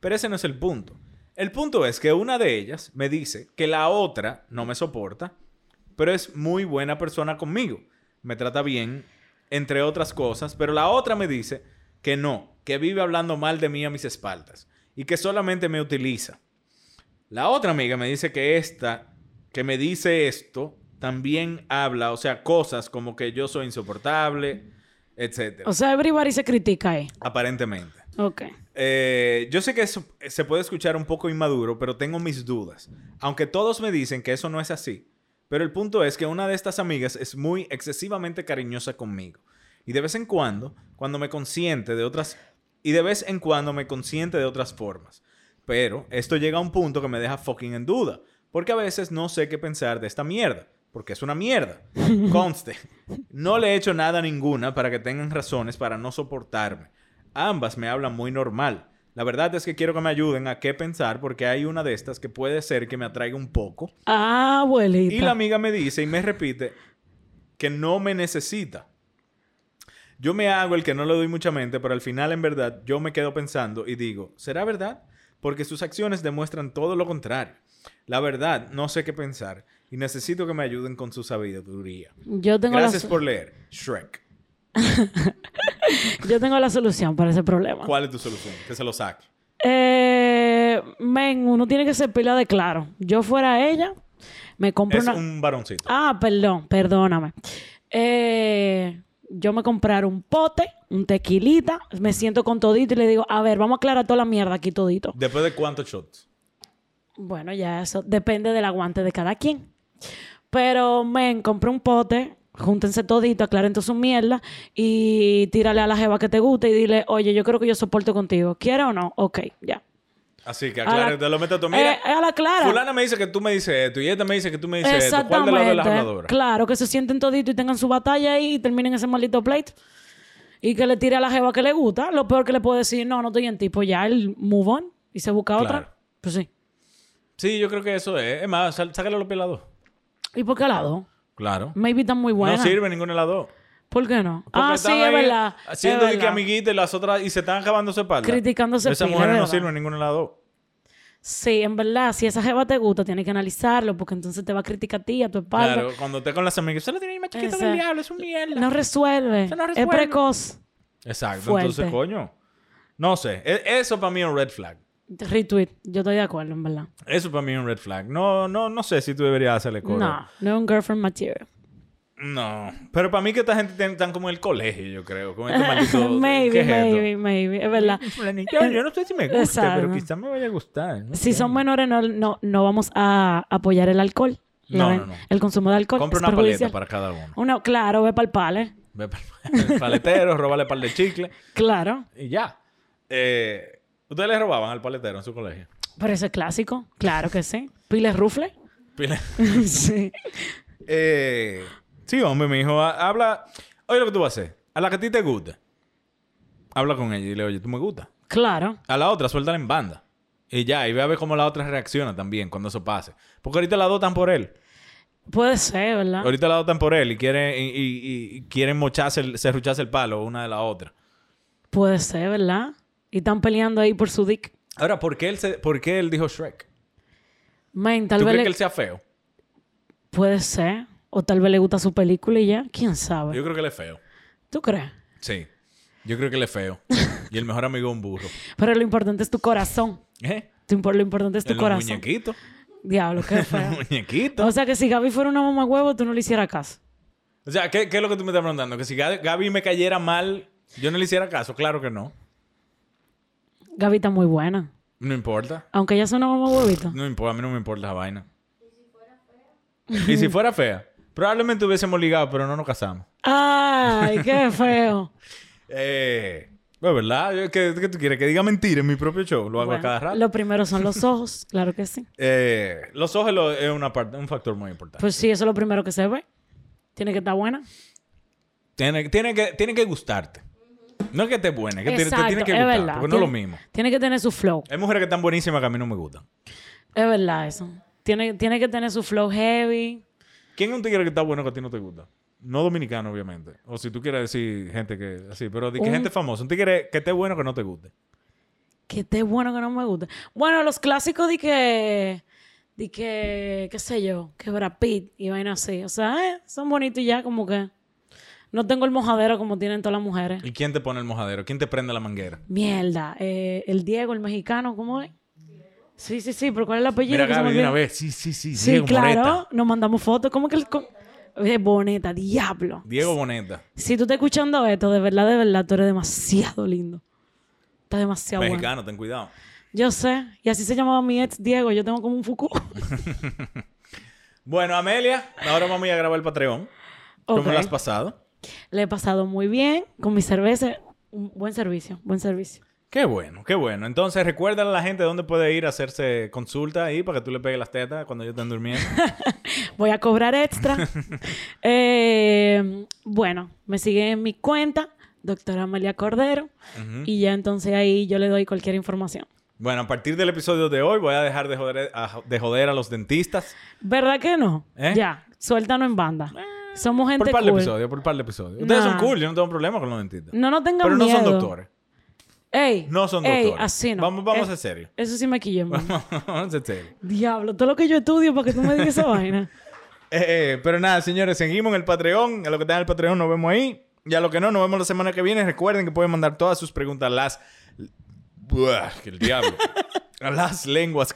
[SPEAKER 2] Pero ese no es el punto. El punto es que una de ellas me dice que la otra no me soporta, pero es muy buena persona conmigo. Me trata bien, entre otras cosas, pero la otra me dice que no, que vive hablando mal de mí a mis espaldas y que solamente me utiliza. La otra amiga me dice que esta, que me dice esto, también habla, o sea, cosas como que yo soy insoportable, etcétera,
[SPEAKER 3] O sea, everybody se critica ahí.
[SPEAKER 2] aparentemente.
[SPEAKER 3] Ok.
[SPEAKER 2] Eh, yo sé que eso se puede escuchar un poco inmaduro, pero tengo mis dudas. Aunque todos me dicen que eso no es así. Pero el punto es que una de estas amigas es muy excesivamente cariñosa conmigo. Y de vez en cuando, cuando me consiente de otras... Y de vez en cuando me consiente de otras formas. Pero esto llega a un punto que me deja fucking en duda. Porque a veces no sé qué pensar de esta mierda. Porque es una mierda. Conste. No le he hecho nada a ninguna para que tengan razones para no soportarme. Ambas me hablan muy normal. La verdad es que quiero que me ayuden a qué pensar porque hay una de estas que puede ser que me atraiga un poco.
[SPEAKER 3] Ah, abuelita.
[SPEAKER 2] Y la amiga me dice y me repite que no me necesita. Yo me hago el que no le doy mucha mente, pero al final en verdad yo me quedo pensando y digo, ¿será verdad? Porque sus acciones demuestran todo lo contrario. La verdad, no sé qué pensar y necesito que me ayuden con su sabiduría.
[SPEAKER 3] Yo tengo, la,
[SPEAKER 2] Gracias
[SPEAKER 3] so-
[SPEAKER 2] por leer, Shrek.
[SPEAKER 3] yo tengo la solución para ese problema.
[SPEAKER 2] ¿Cuál es tu solución? Que se lo saque.
[SPEAKER 3] Eh, men, uno tiene que ser pila de claro. Yo fuera ella, me compro
[SPEAKER 2] Es
[SPEAKER 3] una...
[SPEAKER 2] un varoncito.
[SPEAKER 3] Ah, perdón, perdóname. Eh, yo me comprar un pote, un tequilita, me siento con todito y le digo, a ver, vamos a aclarar toda la mierda aquí todito.
[SPEAKER 2] ¿Después de cuántos shots?
[SPEAKER 3] Bueno, ya eso depende del aguante de cada quien. Pero, men, compré un pote, júntense todito, aclaren toda su mierda y tírale a la jeva que te guste y dile, oye, yo creo que yo soporto contigo. ¿Quieres o no? Ok, ya.
[SPEAKER 2] Así que
[SPEAKER 3] A la-
[SPEAKER 2] aclare, te lo meto a tu
[SPEAKER 3] Eh,
[SPEAKER 2] mira.
[SPEAKER 3] a la clara.
[SPEAKER 2] Fulana me dice que tú me dices esto y esta me dice que tú me dices esto. ¿Cuál de las dos es la ganadora?
[SPEAKER 3] Claro, que se sienten toditos y tengan su batalla ahí y terminen ese maldito pleito. Y que le tire a la jeva que le gusta. Lo peor que le puedo decir, no, no estoy en tipo. Ya él move on y se busca
[SPEAKER 2] Claro.
[SPEAKER 3] otra. Pues sí.
[SPEAKER 2] Sí, yo creo que eso es. Es más, sal- sácale los pies a las dos.
[SPEAKER 3] ¿Y por qué lado?
[SPEAKER 2] Claro.
[SPEAKER 3] Maybe están muy buenas.
[SPEAKER 2] No sirve ninguna de las dos.
[SPEAKER 3] ¿Por qué no?
[SPEAKER 2] Porque
[SPEAKER 3] Mm, ah, sí,
[SPEAKER 2] están
[SPEAKER 3] es
[SPEAKER 2] ahí
[SPEAKER 3] verdad.
[SPEAKER 2] Haciendo
[SPEAKER 3] es
[SPEAKER 2] de que
[SPEAKER 3] verdad.
[SPEAKER 2] amiguitas y las otras y se están acabándose espalda.
[SPEAKER 3] Criticándose
[SPEAKER 2] Esas
[SPEAKER 3] pila,
[SPEAKER 2] mujeres no
[SPEAKER 3] ¿verdad?
[SPEAKER 2] sirven ninguna de las dos.
[SPEAKER 3] Sí, en verdad, si esa jeva te gusta, tienes que analizarlo porque entonces te va a criticar a ti, a tu espalda.
[SPEAKER 2] Claro, cuando esté con las amigas, se la tiene más chiquita
[SPEAKER 3] Esa-
[SPEAKER 2] del diablo, es un mierda.
[SPEAKER 3] No resuelve.
[SPEAKER 2] Eso no
[SPEAKER 3] Es
[SPEAKER 2] resuelve.
[SPEAKER 3] precoz.
[SPEAKER 2] Exacto,
[SPEAKER 3] Fuerte.
[SPEAKER 2] entonces, coño. No sé, E- eso para mí es un red flag.
[SPEAKER 3] Retweet. Yo estoy de acuerdo, en verdad.
[SPEAKER 2] Eso para mí es un red flag. No, no, no sé si tú deberías hacerle coro.
[SPEAKER 3] No, no es un girlfriend material.
[SPEAKER 2] No. Pero para mí que esta gente tiene- están como en el colegio, yo creo. Con este maldito... ¿qué
[SPEAKER 3] maybe,
[SPEAKER 2] es esto?
[SPEAKER 3] maybe, maybe. Es verdad.
[SPEAKER 2] Fulanito, Yo no sé si me gusta,
[SPEAKER 3] Exacto.
[SPEAKER 2] pero Mm. quizás me vaya a gustar. no
[SPEAKER 3] Si
[SPEAKER 2] sé.
[SPEAKER 3] son menores, no, no, no vamos a apoyar el alcohol.
[SPEAKER 2] No,
[SPEAKER 3] ¿La
[SPEAKER 2] no,
[SPEAKER 3] ven?
[SPEAKER 2] no.
[SPEAKER 3] El consumo de alcohol.
[SPEAKER 2] Compra
[SPEAKER 3] es
[SPEAKER 2] una paleta
[SPEAKER 3] perjudicial.
[SPEAKER 2] para cada uno.
[SPEAKER 3] Una, claro, ve para el pale.
[SPEAKER 2] Ve pa'l- el paletero, róbale par de chicle
[SPEAKER 3] Claro.
[SPEAKER 2] y ya. Eh, ¿Ustedes le robaban al paletero en su colegio?
[SPEAKER 3] Pero eso es clásico. Claro que sí. Piles rufle.
[SPEAKER 2] Pila-
[SPEAKER 3] sí.
[SPEAKER 2] Eh, sí, hombre, mi hijo, ah, habla. Oye, lo que tú vas a hacer. A la que a ti te gusta, habla con ella y le oye, tú me gusta.
[SPEAKER 3] Claro.
[SPEAKER 2] A la otra, suéltala en banda. Y ya, y ve a ver cómo la otra reacciona también cuando eso pase. Porque ahorita las dos están por él.
[SPEAKER 3] Puede ser, ¿verdad?
[SPEAKER 2] Ahorita las dos están por él y quieren, y, y- y quieren mocharse, el, serrucharse el palo una de la otra.
[SPEAKER 3] Puede ser, ¿verdad? Y están peleando ahí por su dick.
[SPEAKER 2] Ahora, ¿por qué él, se- por qué él dijo Shrek?
[SPEAKER 3] Men,
[SPEAKER 2] ¿Tú
[SPEAKER 3] tal vez
[SPEAKER 2] crees
[SPEAKER 3] le-
[SPEAKER 2] que él sea feo?
[SPEAKER 3] puede ser. O tal vez le gusta su película y ya. ¿Quién sabe?
[SPEAKER 2] Yo creo que él es feo.
[SPEAKER 3] ¿Tú crees?
[SPEAKER 2] Sí. Yo creo que él es feo. y el mejor amigo es un burro.
[SPEAKER 3] Pero lo importante es tu corazón.
[SPEAKER 2] ¿Eh?
[SPEAKER 3] Tú impor- Lo importante es tu
[SPEAKER 2] El
[SPEAKER 3] corazón. Ah.
[SPEAKER 2] muñequito.
[SPEAKER 3] Diablo, qué feo.
[SPEAKER 2] muñequito.
[SPEAKER 3] o sea que si Gaby fuera una mamá huevo, tú no le hicieras caso.
[SPEAKER 2] O sea, ¿qué, qué es lo que tú me estás preguntando? Que si Ga- Gaby me cayera mal, yo no le hiciera caso. Claro que no.
[SPEAKER 3] Gaby está muy buena.
[SPEAKER 2] No importa.
[SPEAKER 3] Aunque ella sea una mamá huevito.
[SPEAKER 2] No importa. A mí no me importa esa vaina. ¿Y si fuera fea? Probablemente hubiésemos ligado, pero no nos casamos.
[SPEAKER 3] Ay, qué feo.
[SPEAKER 2] Eh, pues, ¿verdad? Yo- ¿Qué, qué tú quieres? Que diga mentira en mi propio show. Lo hago a
[SPEAKER 3] Bueno,
[SPEAKER 2] cada rato.
[SPEAKER 3] lo primero son los ojos, claro que sí.
[SPEAKER 2] Eh, los ojos lo- es una parte, un factor muy importante.
[SPEAKER 3] Pues sí, eso es lo primero que se ve. Tiene que estar buena.
[SPEAKER 2] tiene, tiene que, tiene que gustarte. No es que esté buena, es que te- te, tiene que
[SPEAKER 3] es
[SPEAKER 2] gustar. Porque
[SPEAKER 3] verdad.
[SPEAKER 2] no
[SPEAKER 3] Tiene-
[SPEAKER 2] es lo mismo.
[SPEAKER 3] Tiene que tener su flow.
[SPEAKER 2] Hay mujeres que están buenísimas que a mí no me gustan.
[SPEAKER 3] Es verdad eso. Tiene, tiene que tener su flow heavy.
[SPEAKER 2] ¿Quién es un tigre que está bueno que a ti no te gusta? No dominicano, obviamente. O si tú quieres decir gente que así, pero de que
[SPEAKER 3] Un-
[SPEAKER 2] gente famosa. Un tigre que esté bueno que no te guste.
[SPEAKER 3] Que esté bueno que no me guste. Bueno, los clásicos de que... De que... ¿Qué sé yo? Que Brad Pitt y vaina así. O sea, eh, son bonitos y ya como que... No tengo el mojadero como tienen todas las mujeres.
[SPEAKER 2] ¿Y quién te pone el mojadero? ¿Quién te prende la manguera?
[SPEAKER 3] Mierda. eh, el Diego, el mexicano, ¿cómo es? Sí, sí, sí. ¿Pero cuál es el apellido?
[SPEAKER 2] Mira,
[SPEAKER 3] Que se me
[SPEAKER 2] Gaby, de una
[SPEAKER 3] olvidó.
[SPEAKER 2] vez. Sí, sí, sí.
[SPEAKER 3] Sí,
[SPEAKER 2] Diego
[SPEAKER 3] claro.
[SPEAKER 2] Boneta.
[SPEAKER 3] Nos mandamos fotos. ¿Cómo que el... co- Eh, Boneta, diablo.
[SPEAKER 2] Diego Boneta.
[SPEAKER 3] Si tú estás escuchando esto, de verdad, de verdad, tú eres demasiado lindo. Estás demasiado bueno.
[SPEAKER 2] Mexicano, ten cuidado.
[SPEAKER 3] Yo sé. Y así se llamaba mi ex Diego. Yo tengo como un Fuku.
[SPEAKER 2] Bueno, Amelia, ahora vamos a ir a grabar el Patreon.
[SPEAKER 3] Ok.
[SPEAKER 2] ¿Cómo lo has pasado?
[SPEAKER 3] Le he pasado muy bien con mi cerveza. Un buen servicio, buen servicio.
[SPEAKER 2] Qué bueno, qué bueno. Entonces, recuerda a la gente dónde puede ir a hacerse consulta ahí para que tú le pegues las tetas cuando yo estén durmiendo.
[SPEAKER 3] Voy a cobrar extra. Eh, bueno, me sigue en mi cuenta, doctora Amelia Cordero. Y ya entonces ahí yo le doy cualquier información.
[SPEAKER 2] bueno, a partir del episodio de hoy voy a dejar de joder a, de joder a los dentistas.
[SPEAKER 3] ¿Verdad que no?
[SPEAKER 2] ¿Eh?
[SPEAKER 3] Ya, suéltanos en banda. Somos gente
[SPEAKER 2] Por par de
[SPEAKER 3] cool.
[SPEAKER 2] episodios, por par de episodios. Ustedes son
[SPEAKER 3] Nah.
[SPEAKER 2] cool, yo no tengo problema con los dentistas.
[SPEAKER 3] No, no tengan
[SPEAKER 2] Pero no son
[SPEAKER 3] miedo.
[SPEAKER 2] doctores.
[SPEAKER 3] Ey,
[SPEAKER 2] No son
[SPEAKER 3] ey,
[SPEAKER 2] doctores.
[SPEAKER 3] así no.
[SPEAKER 2] Vamos- vamos
[SPEAKER 3] Eh,
[SPEAKER 2] en serio.
[SPEAKER 3] Eso sí me quilló. en verdad.
[SPEAKER 2] Vamos en serio.
[SPEAKER 3] Diablo, todo lo que yo estudio para que tú me digas esa vaina.
[SPEAKER 2] Eh, eh, pero nada, señores, seguimos en el Patreon. A lo que está en el Patreon nos vemos ahí. Y a lo que no, nos vemos la semana que viene. Recuerden que pueden mandar todas sus preguntas a las... Buah, que el diablo. a las lenguas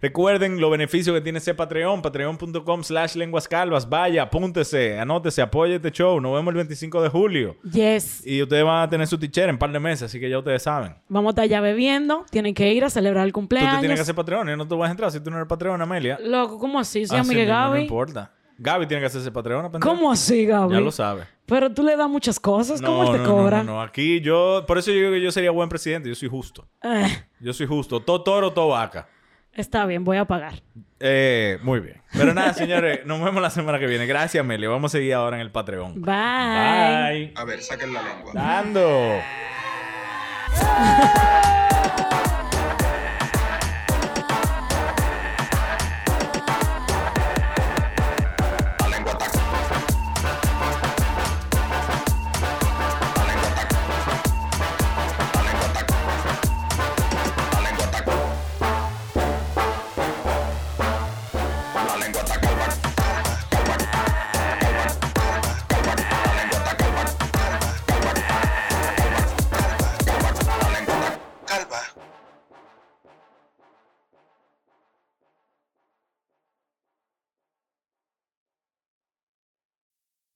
[SPEAKER 2] Recuerden los beneficios que tiene ese Patreon. Patreon.com slash lenguas calvas. Vaya, apúntese, anótese, apoye este show. Nos vemos el 25 de julio.
[SPEAKER 3] Yes.
[SPEAKER 2] Y ustedes van a tener su tichera en un par de meses, así que ya ustedes saben.
[SPEAKER 3] Vamos a estar ya bebiendo. Tienen que ir a celebrar el
[SPEAKER 2] Tú te
[SPEAKER 3] cumpleaños.
[SPEAKER 2] tienes que hacer Patreon y no te vas a entrar si tú no eres Patreon, Amelia.
[SPEAKER 3] Loco, ¿cómo así? Soy
[SPEAKER 2] Ah, sí,
[SPEAKER 3] amiga
[SPEAKER 2] mismo, no
[SPEAKER 3] Gaby.
[SPEAKER 2] importa. Gaby tiene que hacerse Patreon. pendejo.
[SPEAKER 3] ¿Cómo así, Gaby?
[SPEAKER 2] Ya lo sabe.
[SPEAKER 3] Pero tú le das muchas cosas. ¿Cómo él te
[SPEAKER 2] no,
[SPEAKER 3] cobra?
[SPEAKER 2] No, no, Aquí yo... Por eso yo digo que yo sería buen presidente. Yo soy justo.
[SPEAKER 3] Eh,
[SPEAKER 2] Yo soy justo. Todo toro, todo vaca.
[SPEAKER 3] está bien, voy a pagar.
[SPEAKER 2] Eh, muy bien. Pero nada, señores. nos vemos la semana que viene. Gracias, Meli. Vamos a seguir ahora en el Patreon.
[SPEAKER 3] Bye.
[SPEAKER 2] Bye.
[SPEAKER 1] A ver, saquen la lengua.
[SPEAKER 2] Dando.
[SPEAKER 1] Calva.